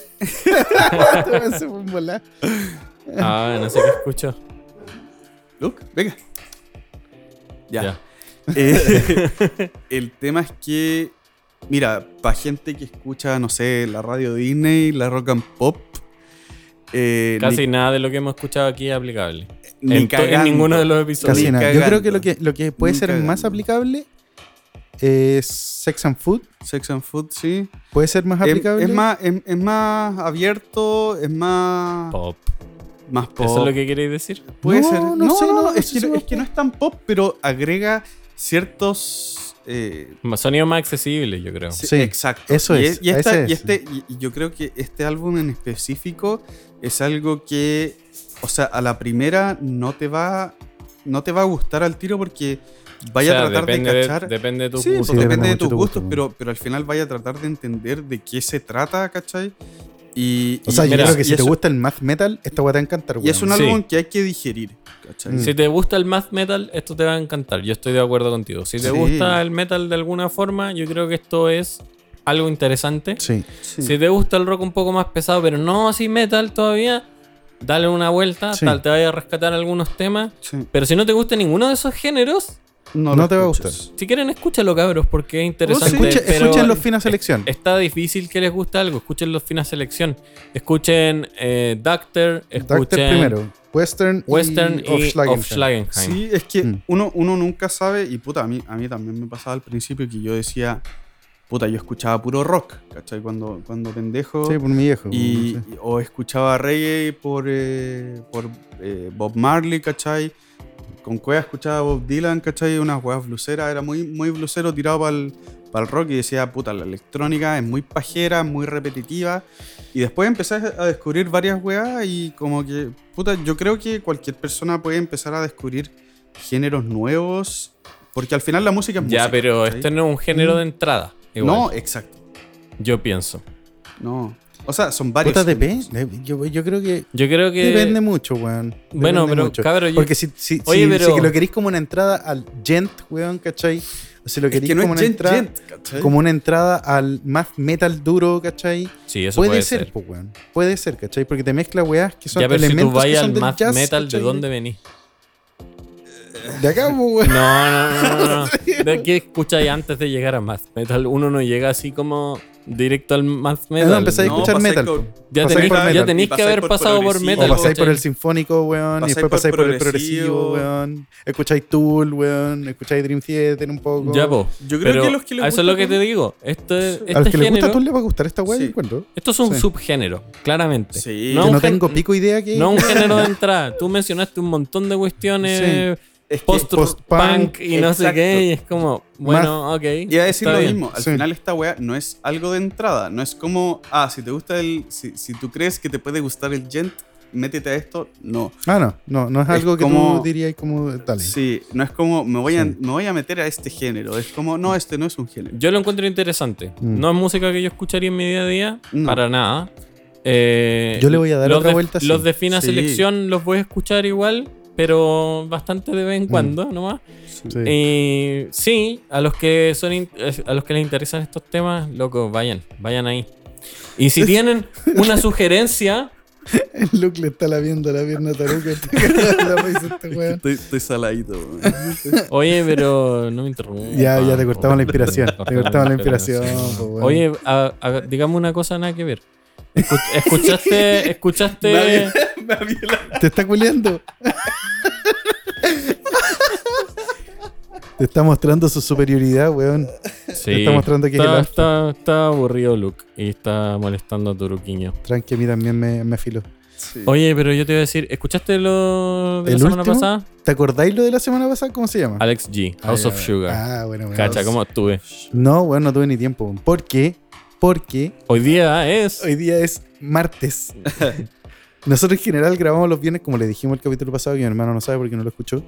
[SPEAKER 3] Se fue en volar.
[SPEAKER 2] Ah, no sé qué escucho.
[SPEAKER 4] Luke, venga. Ya.
[SPEAKER 2] Ya.
[SPEAKER 4] Eh, el tema es que, mira, para gente que escucha, no sé, la radio Disney, la rock and pop, eh,
[SPEAKER 2] Casi
[SPEAKER 4] ni-
[SPEAKER 2] nada de lo que hemos escuchado aquí es aplicable.
[SPEAKER 4] ni
[SPEAKER 2] en, to- en
[SPEAKER 4] cagando.
[SPEAKER 2] ninguno de los episodios.
[SPEAKER 3] Casi
[SPEAKER 4] Ni
[SPEAKER 3] nada. Yo creo que
[SPEAKER 4] cagando.
[SPEAKER 3] lo que, lo que puede
[SPEAKER 4] Ni
[SPEAKER 3] ser más
[SPEAKER 4] cagando.
[SPEAKER 3] aplicable es Sex and Food.
[SPEAKER 4] Sex and Food, sí.
[SPEAKER 3] Puede ser más
[SPEAKER 4] Es-
[SPEAKER 3] aplicable.
[SPEAKER 4] Es, más, es, es más abierto, es más.
[SPEAKER 2] Pop.
[SPEAKER 4] Más pop.
[SPEAKER 2] ¿Eso es lo que queréis decir?
[SPEAKER 4] Puede
[SPEAKER 3] No,
[SPEAKER 4] ser.
[SPEAKER 3] no sé, no,
[SPEAKER 4] es,
[SPEAKER 3] eso
[SPEAKER 4] que,
[SPEAKER 3] sí
[SPEAKER 4] no-
[SPEAKER 3] me-
[SPEAKER 4] es que no es tan pop, pero agrega ciertos. eh,
[SPEAKER 2] Más- Sonido más accesible, yo creo.
[SPEAKER 4] sí,
[SPEAKER 3] Sí,
[SPEAKER 4] exacto.
[SPEAKER 3] eso
[SPEAKER 4] y
[SPEAKER 3] es,
[SPEAKER 4] y esta-
[SPEAKER 3] ese es.
[SPEAKER 4] y este, y- y yo creo que este álbum en específico es algo que, o sea, a la primera no te va, no te va a gustar al tiro porque
[SPEAKER 2] O
[SPEAKER 4] vaya
[SPEAKER 2] sea,
[SPEAKER 4] a tratar
[SPEAKER 2] depende
[SPEAKER 4] de cachar.
[SPEAKER 2] depende de tu
[SPEAKER 4] Sí, pues
[SPEAKER 3] Sí, depende
[SPEAKER 4] depende de
[SPEAKER 3] mucho
[SPEAKER 4] tus
[SPEAKER 3] tu gusto,
[SPEAKER 4] gustos,
[SPEAKER 3] ¿no?
[SPEAKER 4] pero, pero al final vaya a tratar de entender de qué se trata, ¿cachai? Y,
[SPEAKER 3] O sea,
[SPEAKER 4] y-
[SPEAKER 3] yo
[SPEAKER 2] mira,
[SPEAKER 3] creo que si
[SPEAKER 4] y
[SPEAKER 3] te
[SPEAKER 4] es-
[SPEAKER 3] gusta el math metal, esta va a encantar,
[SPEAKER 4] Y es un
[SPEAKER 2] Sí.
[SPEAKER 4] álbum que hay que digerir, ¿cachai?
[SPEAKER 3] Mm.
[SPEAKER 2] Si te gusta el math metal, esto te va a encantar. Yo estoy de acuerdo contigo. Si te
[SPEAKER 4] Sí.
[SPEAKER 2] gusta el metal de alguna forma, yo creo que esto es algo interesante.
[SPEAKER 3] Sí.
[SPEAKER 4] Sí.
[SPEAKER 2] Si te gusta el rock un poco más pesado, pero no así metal todavía, dale una vuelta,
[SPEAKER 3] Sí.
[SPEAKER 2] tal, te vaya a rescatar algunos temas.
[SPEAKER 4] Sí.
[SPEAKER 2] Pero si no te gusta ninguno de esos géneros,
[SPEAKER 3] No
[SPEAKER 4] lo
[SPEAKER 3] te va a
[SPEAKER 4] escuches.
[SPEAKER 3] gustar.
[SPEAKER 2] si quieren escúchalo, cabros, porque es interesante.
[SPEAKER 3] Escuchen,
[SPEAKER 2] pero
[SPEAKER 3] escuchen los finas selección.
[SPEAKER 2] Está difícil que les guste algo. Escuchen los finas selección. Escuchen eh, Doctor, escuchen
[SPEAKER 3] Doctor primero. Western, y
[SPEAKER 2] Western y
[SPEAKER 3] Aufschlagenstein.
[SPEAKER 2] Aufschlagenheim.
[SPEAKER 4] Sí, es que
[SPEAKER 3] Mm.
[SPEAKER 4] uno, uno nunca sabe, y puta, a mí, a mí también me pasaba al principio que yo decía, puta, yo escuchaba puro rock, ¿cachai? Cuando, cuando pendejo.
[SPEAKER 3] Sí, por mi viejo.
[SPEAKER 4] y,
[SPEAKER 3] sí.
[SPEAKER 4] y- o escuchaba reggae por, eh, por eh, Bob Marley, ¿cachai? Con cueva escuchaba Bob Dylan, ¿cachai? Unas huevas bluseras, era muy, muy blusero tirado para el, rock y decía, puta, la electrónica es muy pajera, muy repetitiva. Y después empecé a descubrir varias huevas y como que, puta, yo creo que cualquier persona puede empezar a descubrir géneros nuevos, porque al final la música es
[SPEAKER 2] Ya,
[SPEAKER 4] música,
[SPEAKER 2] pero
[SPEAKER 4] ¿cachai?
[SPEAKER 2] este no es un género de
[SPEAKER 3] Mm.
[SPEAKER 2] entrada. igual,
[SPEAKER 4] No, exacto,
[SPEAKER 2] Yo pienso.
[SPEAKER 4] no. O sea, son varios.
[SPEAKER 3] Puta,
[SPEAKER 4] géneros.
[SPEAKER 3] depende. Yo, yo creo que
[SPEAKER 2] Yo creo que.
[SPEAKER 3] depende mucho, weón. Depende
[SPEAKER 2] Bueno, pero, cabrón, yo-
[SPEAKER 3] Porque si, si,
[SPEAKER 2] Oye,
[SPEAKER 3] si-
[SPEAKER 2] pero-
[SPEAKER 3] si lo queréis como una entrada al gent, weón, ¿cachai? O si lo
[SPEAKER 4] Es
[SPEAKER 3] queréis
[SPEAKER 4] que no
[SPEAKER 3] como,
[SPEAKER 4] es
[SPEAKER 3] una
[SPEAKER 4] gent,
[SPEAKER 3] entrada,
[SPEAKER 4] gent, ¿cachai?
[SPEAKER 3] como una entrada al math metal duro, ¿cachai?
[SPEAKER 2] Sí, eso
[SPEAKER 3] Puede,
[SPEAKER 2] puede,
[SPEAKER 3] ser,
[SPEAKER 2] ser.
[SPEAKER 3] po, weón. Puede ser, ¿cachai? Porque te mezcla weás que son
[SPEAKER 2] Ya, pero si
[SPEAKER 3] elementos
[SPEAKER 2] tú
[SPEAKER 3] que
[SPEAKER 2] vayas
[SPEAKER 3] son
[SPEAKER 2] al
[SPEAKER 3] del
[SPEAKER 2] math
[SPEAKER 3] jazz,
[SPEAKER 2] metal, ¿de
[SPEAKER 3] ¿cachai?
[SPEAKER 2] dónde venís?
[SPEAKER 3] De acá, po, weón.
[SPEAKER 2] No, no, no, no, no. ¿De qué escucháis antes de llegar a math metal? Uno no llega así como directo al math metal.
[SPEAKER 3] no, empezáis a
[SPEAKER 2] No,
[SPEAKER 3] escuchar
[SPEAKER 4] pasáis
[SPEAKER 3] metal,
[SPEAKER 4] por-
[SPEAKER 3] po.
[SPEAKER 2] Ya
[SPEAKER 3] pasáis
[SPEAKER 2] tenéis
[SPEAKER 3] por
[SPEAKER 2] ya
[SPEAKER 3] metal.
[SPEAKER 2] tenéis
[SPEAKER 4] Y
[SPEAKER 2] que
[SPEAKER 4] pasáis
[SPEAKER 2] haber
[SPEAKER 4] por
[SPEAKER 2] pasado por
[SPEAKER 4] progresivo.
[SPEAKER 2] metal.
[SPEAKER 3] O pasáis por
[SPEAKER 2] ¿cachai?
[SPEAKER 3] el sinfónico, weón, y
[SPEAKER 4] Pasáis
[SPEAKER 3] después
[SPEAKER 4] por
[SPEAKER 3] pasáis por, el
[SPEAKER 4] progresivo.
[SPEAKER 3] progresivo, weón. Escucháis Tool, weón. Escucháis Dream Theater un poco.
[SPEAKER 2] Ya, po.
[SPEAKER 4] Yo creo
[SPEAKER 2] Pero
[SPEAKER 4] que los que les
[SPEAKER 2] a Eso
[SPEAKER 4] gusta
[SPEAKER 2] es lo que te
[SPEAKER 4] Tool-
[SPEAKER 2] digo. Este, este
[SPEAKER 3] a los que les gusta
[SPEAKER 2] género.
[SPEAKER 3] Tool les va a gustar esta weá,
[SPEAKER 4] Sí.
[SPEAKER 3] yo encuentro.
[SPEAKER 2] Esto es un
[SPEAKER 3] Sí.
[SPEAKER 2] subgénero, claramente.
[SPEAKER 4] Sí.
[SPEAKER 2] No
[SPEAKER 3] Que
[SPEAKER 2] un
[SPEAKER 3] no
[SPEAKER 2] gen-
[SPEAKER 3] tengo pico idea que.
[SPEAKER 2] No un género de entrada. Tú mencionaste un montón de cuestiones
[SPEAKER 4] Es que-
[SPEAKER 2] post-punk
[SPEAKER 3] post-punk,
[SPEAKER 2] y no sé
[SPEAKER 4] exacto.
[SPEAKER 2] qué. Y es como, bueno, ok.
[SPEAKER 4] Y a decir
[SPEAKER 2] está
[SPEAKER 4] lo
[SPEAKER 2] bien.
[SPEAKER 4] mismo, al
[SPEAKER 3] Sí.
[SPEAKER 4] final esta weá no es algo de entrada, no es como, ah, si te gusta el, si, si tú crees que te puede gustar el gent, métete a esto, no.
[SPEAKER 3] Ah, no, no, no es
[SPEAKER 4] Es
[SPEAKER 3] algo que
[SPEAKER 4] como-
[SPEAKER 3] tú dirías como tal.
[SPEAKER 4] Sí, no es como, me voy, a,
[SPEAKER 3] Sí.
[SPEAKER 4] me voy a meter a este género, es como, no, este no es un género.
[SPEAKER 2] Yo lo encuentro interesante.
[SPEAKER 3] Mm.
[SPEAKER 2] No es música que yo escucharía en mi día a día,
[SPEAKER 4] No.
[SPEAKER 2] para nada. Eh,
[SPEAKER 5] Yo le voy a dar
[SPEAKER 2] los
[SPEAKER 5] otra
[SPEAKER 2] de-
[SPEAKER 5] vuelta, sí.
[SPEAKER 2] Los de fina
[SPEAKER 4] Sí.
[SPEAKER 2] selección los voy a escuchar igual, pero bastante de vez en cuando nomás.
[SPEAKER 5] Sí.
[SPEAKER 2] Y sí, a los que son in- eh, a los que les interesan estos temas, loco, vayan, vayan ahí. Y si tienen una sugerencia,
[SPEAKER 3] El Luke le está laviendo la pierna a Taruca. Está cagado de la risa este weón.
[SPEAKER 4] Estoy, estoy saladito, weón.
[SPEAKER 2] oye, pero no me interrumpan.
[SPEAKER 3] Ya, ya te cortamos la
[SPEAKER 2] po.
[SPEAKER 3] inspiración. Te cortamos la inspiración. po, weón.
[SPEAKER 2] Oye, a- a- digamos una cosa nada que ver. Escu- escuchaste, escuchaste.
[SPEAKER 3] te está culiando. te está mostrando su superioridad, weón.
[SPEAKER 2] Sí,
[SPEAKER 3] Te está mostrando que es
[SPEAKER 2] está,
[SPEAKER 3] el
[SPEAKER 2] está, está aburrido Luke y está molestando a Turuquiño.
[SPEAKER 3] Tranqui, a mí también me, me afiló.
[SPEAKER 4] Sí.
[SPEAKER 2] Oye, pero yo te iba a decir, ¿escuchaste lo de la
[SPEAKER 3] ¿El
[SPEAKER 2] semana
[SPEAKER 3] último?
[SPEAKER 2] pasada?
[SPEAKER 3] ¿Te acordáis lo de la semana pasada? ¿Cómo se llama?
[SPEAKER 2] Alex G, House
[SPEAKER 3] Ah,
[SPEAKER 2] of
[SPEAKER 3] ya,
[SPEAKER 2] Sugar.
[SPEAKER 3] Ah, bueno, weón.
[SPEAKER 2] Cacha, ¿cómo estuve?
[SPEAKER 3] No, weón, no tuve ni tiempo. weón. ¿Por qué? Porque
[SPEAKER 2] Hoy día es.
[SPEAKER 3] hoy día es martes. Nosotros en general grabamos los viernes, como le dijimos el capítulo pasado, que mi hermano no sabe porque no lo escuchó.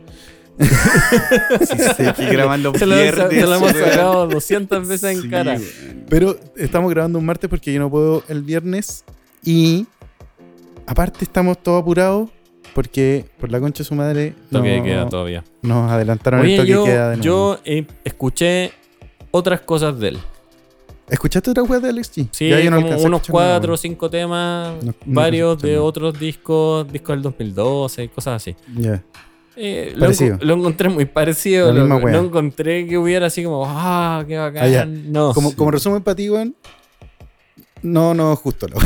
[SPEAKER 4] Hay que grabar los
[SPEAKER 2] Se lo, se-
[SPEAKER 4] viernes,
[SPEAKER 2] se lo hemos
[SPEAKER 4] weón.
[SPEAKER 2] sacado 200 veces en
[SPEAKER 4] Sí,
[SPEAKER 2] cara.
[SPEAKER 4] weón.
[SPEAKER 3] Pero estamos grabando un martes porque yo no puedo el viernes. Y aparte estamos todos apurados porque por la concha de su madre no-
[SPEAKER 2] Toque de queda todavía.
[SPEAKER 3] nos adelantaron el
[SPEAKER 2] Oye,
[SPEAKER 3] toque de
[SPEAKER 2] yo,
[SPEAKER 3] queda de nuevo.
[SPEAKER 2] yo eh, escuché otras cosas de él.
[SPEAKER 3] ¿Escuchaste otra web de Alex G?
[SPEAKER 2] Sí,
[SPEAKER 3] Ya yo no
[SPEAKER 2] como
[SPEAKER 3] alcancé a
[SPEAKER 2] unos
[SPEAKER 3] escuchar nada,
[SPEAKER 2] cuatro o
[SPEAKER 3] weón.
[SPEAKER 2] cinco temas,
[SPEAKER 3] No- no
[SPEAKER 2] varios
[SPEAKER 3] escuché
[SPEAKER 2] de
[SPEAKER 3] nada.
[SPEAKER 2] otros discos, discos del 2012 y cosas así.
[SPEAKER 3] Ya.
[SPEAKER 2] Eh, lo,
[SPEAKER 3] Parecido.
[SPEAKER 2] enco- lo encontré muy parecido. Lo,
[SPEAKER 3] La misma wea.
[SPEAKER 2] no encontré que hubiera así como, ah, qué bacán.
[SPEAKER 3] Ah, ya.
[SPEAKER 2] No.
[SPEAKER 3] Como, como resumen para ti, weón. No, no, justo lo.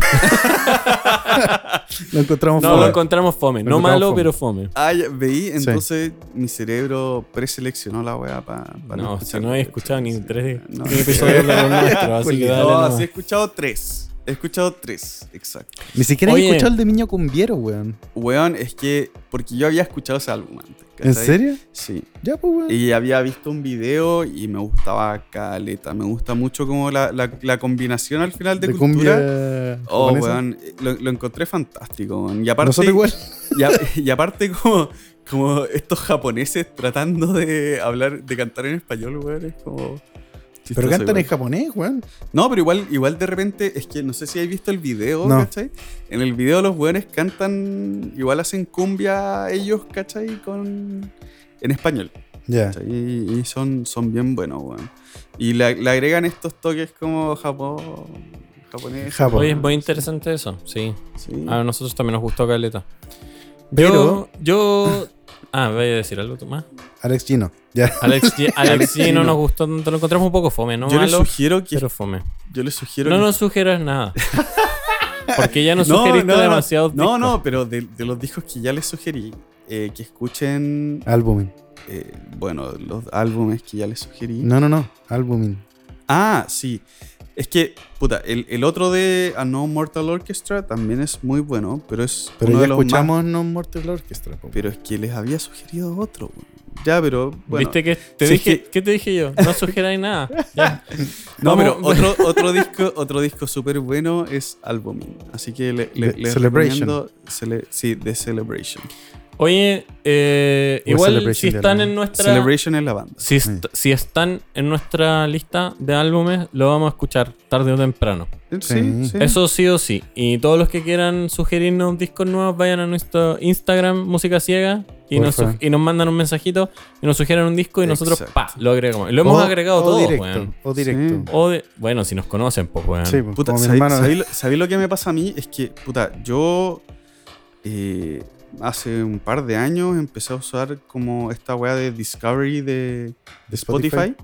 [SPEAKER 3] lo encontramos
[SPEAKER 2] no,
[SPEAKER 3] fuera.
[SPEAKER 2] lo encontramos fome.
[SPEAKER 3] Lo
[SPEAKER 2] No
[SPEAKER 3] encontramos
[SPEAKER 2] malo,
[SPEAKER 3] fome.
[SPEAKER 2] pero fome.
[SPEAKER 4] Ah, ya, veí, entonces mi cerebro preseleccionó la weá para
[SPEAKER 2] No, si no he escuchado ni tres
[SPEAKER 3] Ah.
[SPEAKER 4] No,
[SPEAKER 2] ni episodios de los nuestros, así que dale
[SPEAKER 4] No,
[SPEAKER 2] nomás.
[SPEAKER 4] sí he escuchado tres. He escuchado tres, exacto.
[SPEAKER 3] Ni siquiera
[SPEAKER 2] Oye.
[SPEAKER 3] he escuchado el de Niño Cumbiero, weón.
[SPEAKER 4] Weón, es que. Porque yo había escuchado ese álbum antes.
[SPEAKER 3] ¿En
[SPEAKER 4] ¿cachai?
[SPEAKER 3] serio?
[SPEAKER 4] Sí.
[SPEAKER 3] Ya, pues, weón.
[SPEAKER 4] Y había visto un video y me gustaba caleta. Me gusta mucho como la, la, la combinación al final de, cultura. Oh,
[SPEAKER 3] japonesa.
[SPEAKER 4] weón, lo, lo encontré fantástico, weón. Y aparte,
[SPEAKER 3] Nosotros igual.
[SPEAKER 4] Y, a- y aparte como, como estos japoneses tratando de hablar, de cantar en español, weón, es como...
[SPEAKER 3] Pero
[SPEAKER 4] chistoso
[SPEAKER 3] cantan
[SPEAKER 4] igual.
[SPEAKER 3] en japonés, weón.
[SPEAKER 4] No, pero igual, igual de repente, es que no sé si habéis visto el video,
[SPEAKER 3] No.
[SPEAKER 4] ¿cachai? En el video los weones cantan, igual hacen cumbia ellos, ¿cachai? Con, en español.
[SPEAKER 3] Ya.
[SPEAKER 4] ¿cachai? Y, y son, son bien buenos, weón. Y le, le agregan estos toques como Japón, japonés.
[SPEAKER 3] Japón.
[SPEAKER 2] Oye, es muy interesante eso, sí.
[SPEAKER 4] Sí.
[SPEAKER 2] A nosotros también nos gustó Caleta. Yo,
[SPEAKER 3] Pero-
[SPEAKER 2] yo... Ah, voy a decir algo tú más.
[SPEAKER 3] Alex Gino. Ya.
[SPEAKER 2] Alex, G- Alex G no nos gustó tanto, lo encontramos un poco fome, ¿no?
[SPEAKER 4] yo, les
[SPEAKER 2] Malo,
[SPEAKER 4] sugiero que,
[SPEAKER 2] pero fome.
[SPEAKER 4] yo les sugiero
[SPEAKER 2] No
[SPEAKER 4] que
[SPEAKER 2] nos sugieras nada. Porque ya nos sugeriste demasiado.
[SPEAKER 4] No, no, pero de, de los discos que ya les sugerí, eh, que escuchen,
[SPEAKER 3] Albumin.
[SPEAKER 4] eh, bueno, los álbumes que ya les sugerí.
[SPEAKER 3] No, no, no. Albumin.
[SPEAKER 4] Ah, sí. Es que, puta, el, el otro de A No Mortal Orchestra también es muy bueno, pero es
[SPEAKER 3] Pero
[SPEAKER 4] uno
[SPEAKER 3] ya
[SPEAKER 4] de los
[SPEAKER 3] escuchamos No Mortal Orchestra. po.
[SPEAKER 4] más- Pero es que les había sugerido otro. weón. Ya, pero bueno.
[SPEAKER 2] ¿Viste que te
[SPEAKER 4] si es
[SPEAKER 2] dije?
[SPEAKER 4] que-
[SPEAKER 2] ¿Qué te dije yo? No sugieras nada. Ya.
[SPEAKER 4] no,
[SPEAKER 2] Vamos-
[SPEAKER 4] pero otro, otro disco, otro disco súper bueno es Albumin. Así que le, le-
[SPEAKER 3] De
[SPEAKER 4] les
[SPEAKER 3] Celebration.
[SPEAKER 4] recomiendo Cele- sí, de Celebration.
[SPEAKER 2] Oye, eh,
[SPEAKER 3] O
[SPEAKER 2] igual
[SPEAKER 3] Celebration
[SPEAKER 2] si
[SPEAKER 3] de
[SPEAKER 2] están
[SPEAKER 3] algo.
[SPEAKER 2] en nuestra
[SPEAKER 4] Celebration es la banda.
[SPEAKER 2] si, est- si están en nuestra lista de álbumes, lo vamos a escuchar tarde o temprano.
[SPEAKER 4] Sí,
[SPEAKER 3] Sí.
[SPEAKER 4] sí.
[SPEAKER 2] Eso sí o sí. Y todos los que quieran sugerirnos discos nuevos, vayan a nuestro Instagram, Música Ciega, y,
[SPEAKER 3] Por
[SPEAKER 2] nos,
[SPEAKER 3] favor.
[SPEAKER 2] su- y nos mandan un mensajito, y nos sugieren un disco, y nosotros,
[SPEAKER 4] Exacto.
[SPEAKER 2] pa, lo agregamos. Y Lo hemos
[SPEAKER 3] O-
[SPEAKER 2] agregado
[SPEAKER 3] o
[SPEAKER 2] todo,
[SPEAKER 3] directo,
[SPEAKER 2] weón.
[SPEAKER 3] O directo.
[SPEAKER 2] O de- bueno, si nos conocen, pues, weón.
[SPEAKER 3] Sí, po,
[SPEAKER 4] Puta,
[SPEAKER 3] como mi
[SPEAKER 4] ¿sabí-
[SPEAKER 3] hermano.
[SPEAKER 4] sabí lo- sabí lo que me pasa a mí? Es que, puta, yo eh, hace un par de años empecé a usar como esta weá de Discovery de,
[SPEAKER 3] de
[SPEAKER 4] Spotify.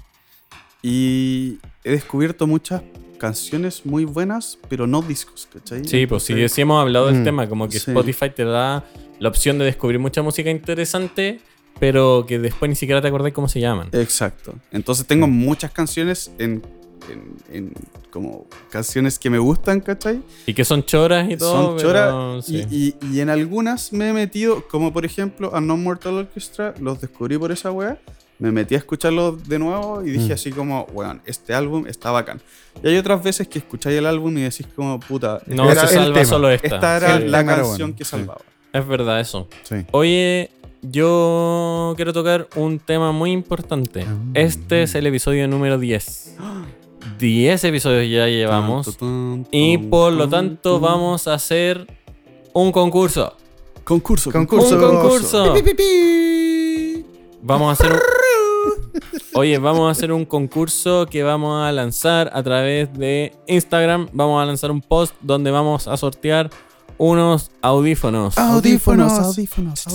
[SPEAKER 4] y he descubierto muchas canciones muy buenas, pero no discos, ¿cachai?
[SPEAKER 2] Sí, pues sí,
[SPEAKER 4] Entonces,
[SPEAKER 2] sí hemos hablado del
[SPEAKER 3] Mm,
[SPEAKER 2] tema, como que
[SPEAKER 4] sí.
[SPEAKER 2] Spotify te da la opción de descubrir mucha música interesante, pero que después ni siquiera te acordás cómo se llaman.
[SPEAKER 4] Eh, Exacto. Entonces tengo muchas canciones en, en- en como canciones que me gustan, ¿cachai?
[SPEAKER 2] Y que son choras y todo.
[SPEAKER 4] son choras
[SPEAKER 2] pero sí.
[SPEAKER 4] y, y- y en algunas me he metido, como por ejemplo a No Mortal Orchestra, los descubrí por esa wea. Me metí a escucharlos de nuevo y dije
[SPEAKER 3] Mm.
[SPEAKER 4] así como, weón, este álbum está bacán. Y hay otras veces que escucháis el álbum y decís como, puta,
[SPEAKER 2] no
[SPEAKER 3] Era
[SPEAKER 2] se
[SPEAKER 4] esta,
[SPEAKER 3] el
[SPEAKER 2] salva
[SPEAKER 3] tema.
[SPEAKER 2] solo esta.
[SPEAKER 4] esta era
[SPEAKER 2] Sí.
[SPEAKER 4] la
[SPEAKER 3] tema era
[SPEAKER 4] canción
[SPEAKER 3] bueno,
[SPEAKER 4] que
[SPEAKER 3] sí.
[SPEAKER 4] salvaba.
[SPEAKER 2] Es verdad eso.
[SPEAKER 3] Sí.
[SPEAKER 2] Oye, yo quiero tocar un tema muy importante. Este es el episodio número 10. 10 episodios ya llevamos. Y por lo tanto vamos a hacer un concurso.
[SPEAKER 4] Concurso,
[SPEAKER 3] Concurso.
[SPEAKER 2] Un concurso. Vamos a hacer un... Oye, vamos a hacer un concurso que vamos a lanzar a través de Instagram. Vamos a lanzar un post donde vamos a sortear unos audífonos.
[SPEAKER 3] Ah, Audífonos.
[SPEAKER 4] audífonos,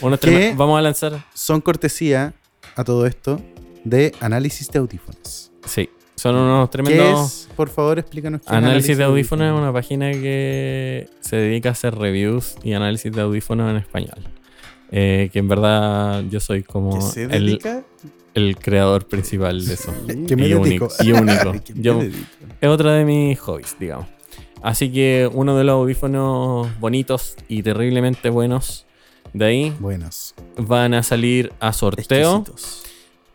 [SPEAKER 2] Unos
[SPEAKER 3] ¿Qué?
[SPEAKER 2] treme- Vamos a lanzar.
[SPEAKER 3] Son cortesía a todo esto de análisis de audífonos.
[SPEAKER 2] Sí, son unos
[SPEAKER 3] ¿Qué
[SPEAKER 2] tremendos.
[SPEAKER 3] es? Por favor, explícanos. qué es
[SPEAKER 2] Análisis de audífonos es una página que se dedica a hacer reviews y análisis de audífonos en español. Eh, que en verdad yo soy como
[SPEAKER 4] Que se
[SPEAKER 2] el,
[SPEAKER 4] dedica.
[SPEAKER 2] el creador principal de eso.
[SPEAKER 3] Que me
[SPEAKER 2] y,
[SPEAKER 3] dedico.
[SPEAKER 2] único, y único.
[SPEAKER 4] ¿De qué me
[SPEAKER 2] Yo-
[SPEAKER 4] dedico?
[SPEAKER 2] es otra de mis hobbies, digamos. Así que uno de los audífonos bonitos y terriblemente buenos de ahí
[SPEAKER 3] Buenos.
[SPEAKER 2] van a salir a sorteo.
[SPEAKER 4] Exquisitos.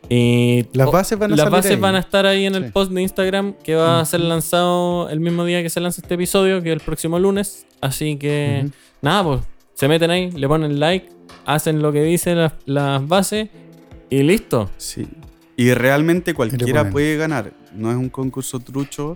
[SPEAKER 2] Y
[SPEAKER 3] Las
[SPEAKER 2] o-
[SPEAKER 3] bases van a
[SPEAKER 2] Oh, las
[SPEAKER 3] salir
[SPEAKER 2] bases
[SPEAKER 3] ahí.
[SPEAKER 2] van a estar ahí en el
[SPEAKER 3] Sí.
[SPEAKER 2] post de Instagram que va a ser lanzado el mismo día que se lanza este episodio, que es el próximo lunes. Así que
[SPEAKER 3] Ujú.
[SPEAKER 2] nada, pues se meten ahí, le ponen like, hacen lo que dicen las, las bases y listo.
[SPEAKER 4] Sí. Y realmente cualquiera
[SPEAKER 3] ponen.
[SPEAKER 4] puede ganar. No es un concurso trucho.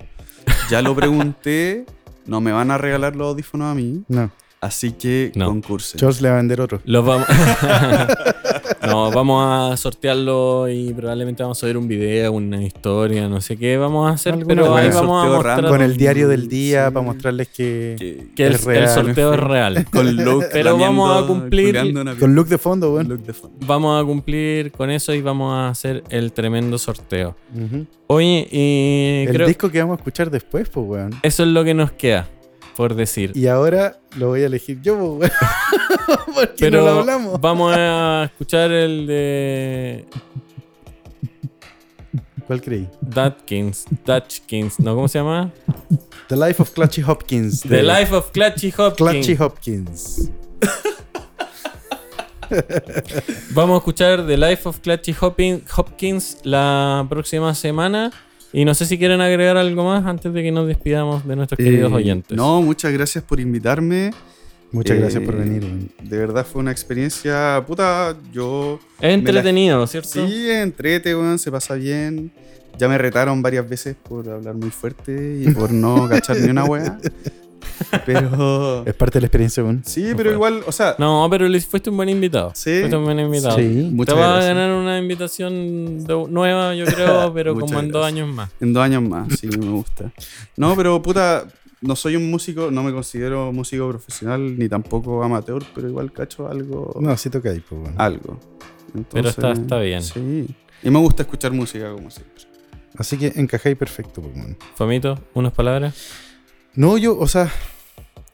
[SPEAKER 4] Ya lo pregunté. No me van a regalar los audífonos a mí.
[SPEAKER 3] No.
[SPEAKER 4] Así que
[SPEAKER 2] No.
[SPEAKER 4] concursen.
[SPEAKER 3] George le va a vender otro.
[SPEAKER 2] Los vamos. no, vamos a sortearlo y probablemente vamos a subir un video, una historia, no sé qué vamos a hacer,
[SPEAKER 3] Alguna
[SPEAKER 2] pero ahí
[SPEAKER 3] wea.
[SPEAKER 2] vamos a
[SPEAKER 4] Sorteo
[SPEAKER 2] mostrar
[SPEAKER 4] random.
[SPEAKER 3] Con el diario del día
[SPEAKER 4] Sí.
[SPEAKER 3] para mostrarles que...
[SPEAKER 4] Que-
[SPEAKER 2] que el,
[SPEAKER 3] es
[SPEAKER 2] el
[SPEAKER 3] real,
[SPEAKER 2] sorteo es real.
[SPEAKER 4] con Luke
[SPEAKER 2] Pero vamos a
[SPEAKER 4] lamiendo-
[SPEAKER 2] cumplir-
[SPEAKER 4] culeando una
[SPEAKER 3] Con look de fondo,
[SPEAKER 4] con
[SPEAKER 3] weón.
[SPEAKER 4] Luke de fondo.
[SPEAKER 2] Vamos a cumplir con eso y vamos a hacer el tremendo sorteo.
[SPEAKER 3] Ujú.
[SPEAKER 2] Oye, y
[SPEAKER 3] El
[SPEAKER 2] creo
[SPEAKER 3] disco que vamos a escuchar después, pues, weón.
[SPEAKER 2] eso es lo que nos queda por decir.
[SPEAKER 3] Y ahora lo voy a elegir yo, pues, weón. Porque
[SPEAKER 2] Pero
[SPEAKER 3] no lo hablamos.
[SPEAKER 2] vamos a escuchar el de
[SPEAKER 3] ¿Cuál creí?
[SPEAKER 2] Datkins, Dutchkins, ¿no? ¿Cómo se llama?
[SPEAKER 3] The Life of Clutchy Hopkins.
[SPEAKER 2] The
[SPEAKER 3] de
[SPEAKER 2] Life of Clutchy Hopkins.
[SPEAKER 3] Clutchy Hopkins.
[SPEAKER 2] Vamos a escuchar The Life of Clutchy Hopin- Hopkins la próxima semana. Y no sé si quieren agregar algo más antes de que nos despidamos de nuestros queridos
[SPEAKER 4] Eh,
[SPEAKER 2] oyentes.
[SPEAKER 4] No, muchas gracias por invitarme.
[SPEAKER 3] Muchas
[SPEAKER 4] Eh,
[SPEAKER 3] gracias por venir, weón.
[SPEAKER 4] De verdad fue una experiencia puta. Yo
[SPEAKER 2] Es entretenido, ¿cierto?
[SPEAKER 4] sí, entrete, weón, se pasa bien. Ya me retaron varias veces por hablar muy fuerte y por no cachar ni una weá. Pero.
[SPEAKER 3] Es parte de la experiencia, weón.
[SPEAKER 4] Sí, pero igual, o sea,
[SPEAKER 2] No, pero Luis, fuiste un buen invitado.
[SPEAKER 4] Sí.
[SPEAKER 2] Fuiste un buen invitado.
[SPEAKER 3] Sí.
[SPEAKER 2] Te
[SPEAKER 4] muchas
[SPEAKER 2] vas a
[SPEAKER 4] gracias.
[SPEAKER 2] ganar una invitación de- nueva, yo creo, pero como
[SPEAKER 4] Muchas
[SPEAKER 2] en dos
[SPEAKER 4] gracias.
[SPEAKER 2] años más.
[SPEAKER 4] En dos años más, sí, me gusta. No, pero puta, no soy un músico, no me considero músico profesional ni tampoco amateur, pero igual cacho algo.
[SPEAKER 3] No, sí toca ahí, pues, weón.
[SPEAKER 2] Ah.
[SPEAKER 4] Algo.
[SPEAKER 2] Pero está-
[SPEAKER 4] Entonces,
[SPEAKER 2] está bien.
[SPEAKER 4] Sí. Y me gusta escuchar música como siempre.
[SPEAKER 3] Así que encajáis perfecto, pues, weón.
[SPEAKER 2] Fomito, unas palabras.
[SPEAKER 3] No, yo, o sea,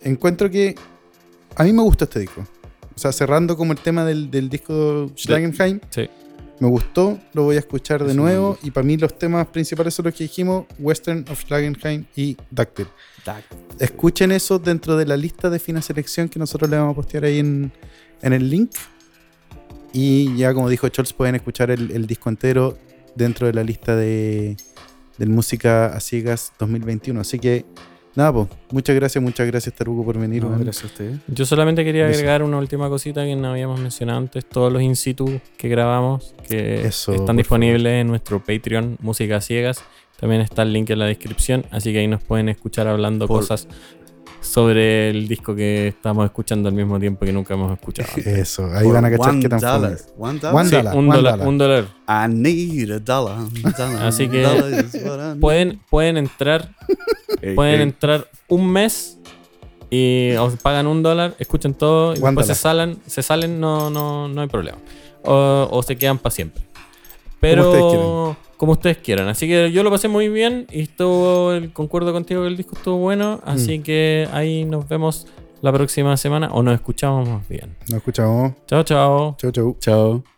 [SPEAKER 3] encuentro que a mí me gusta este disco. O sea, cerrando como el tema del, del disco Schlagenheim,
[SPEAKER 2] Sí.
[SPEAKER 3] me gustó, lo voy a escuchar de
[SPEAKER 4] Es un buen
[SPEAKER 3] nuevo. Y para mí los temas principales son los que dijimos, Western of Schlagenheim y Dactyl. Escuchen eso dentro de la lista de fina selección que nosotros le vamos a postear ahí en, en el link. Y ya como dijo Chols, pueden escuchar el, el disco entero dentro de la lista de del Música a Ciegas 2021. Así que, nada, pues, muchas gracias, muchas gracias Tarugo por venir.
[SPEAKER 4] No,
[SPEAKER 3] weón.
[SPEAKER 4] gracias a ustedes.
[SPEAKER 2] Yo solamente quería
[SPEAKER 3] Eso.
[SPEAKER 2] agregar una última cosita que no habíamos mencionado antes. Todos los in situ que grabamos, que
[SPEAKER 3] Eso, por
[SPEAKER 2] están disponibles en nuestro Patreon, Música a Ciegas. También está el link en la descripción, así que ahí nos pueden escuchar hablando
[SPEAKER 4] Por-
[SPEAKER 2] cosas sobre el disco que estamos escuchando al mismo tiempo que nunca hemos escuchado. antes.
[SPEAKER 3] Eso, ahí
[SPEAKER 4] Por
[SPEAKER 3] van a cachar
[SPEAKER 4] one
[SPEAKER 3] que tan
[SPEAKER 4] dollar,
[SPEAKER 3] fome es.
[SPEAKER 4] One dollar.
[SPEAKER 3] One
[SPEAKER 2] Sí,
[SPEAKER 3] dólar,
[SPEAKER 2] un
[SPEAKER 3] one
[SPEAKER 2] dólar,
[SPEAKER 3] dólar.
[SPEAKER 2] un dólar.
[SPEAKER 4] I need a dollar. dollar,
[SPEAKER 2] Así que-
[SPEAKER 4] dollar is what I
[SPEAKER 2] Pueden, pueden entrar
[SPEAKER 4] need.
[SPEAKER 2] Pueden
[SPEAKER 4] Ey, ey.
[SPEAKER 2] entrar un mes y os pagan un dólar, escuchan todo y
[SPEAKER 3] One
[SPEAKER 2] después se
[SPEAKER 3] dollar.
[SPEAKER 2] salen, se salen no, no, no hay problema. O, o se quedan para siempre.
[SPEAKER 3] ustedes
[SPEAKER 2] Pero
[SPEAKER 3] quieran.
[SPEAKER 2] como ustedes quieran. Así que yo lo pasé muy bien y estuvo, el- concuerdo contigo que el disco estuvo bueno.
[SPEAKER 3] Mm.
[SPEAKER 2] Así que ahí nos vemos la próxima semana o nos escuchamos más bien.
[SPEAKER 3] Nos escuchamos.
[SPEAKER 2] Chao, chao.
[SPEAKER 3] Chau, chau.
[SPEAKER 4] Chao.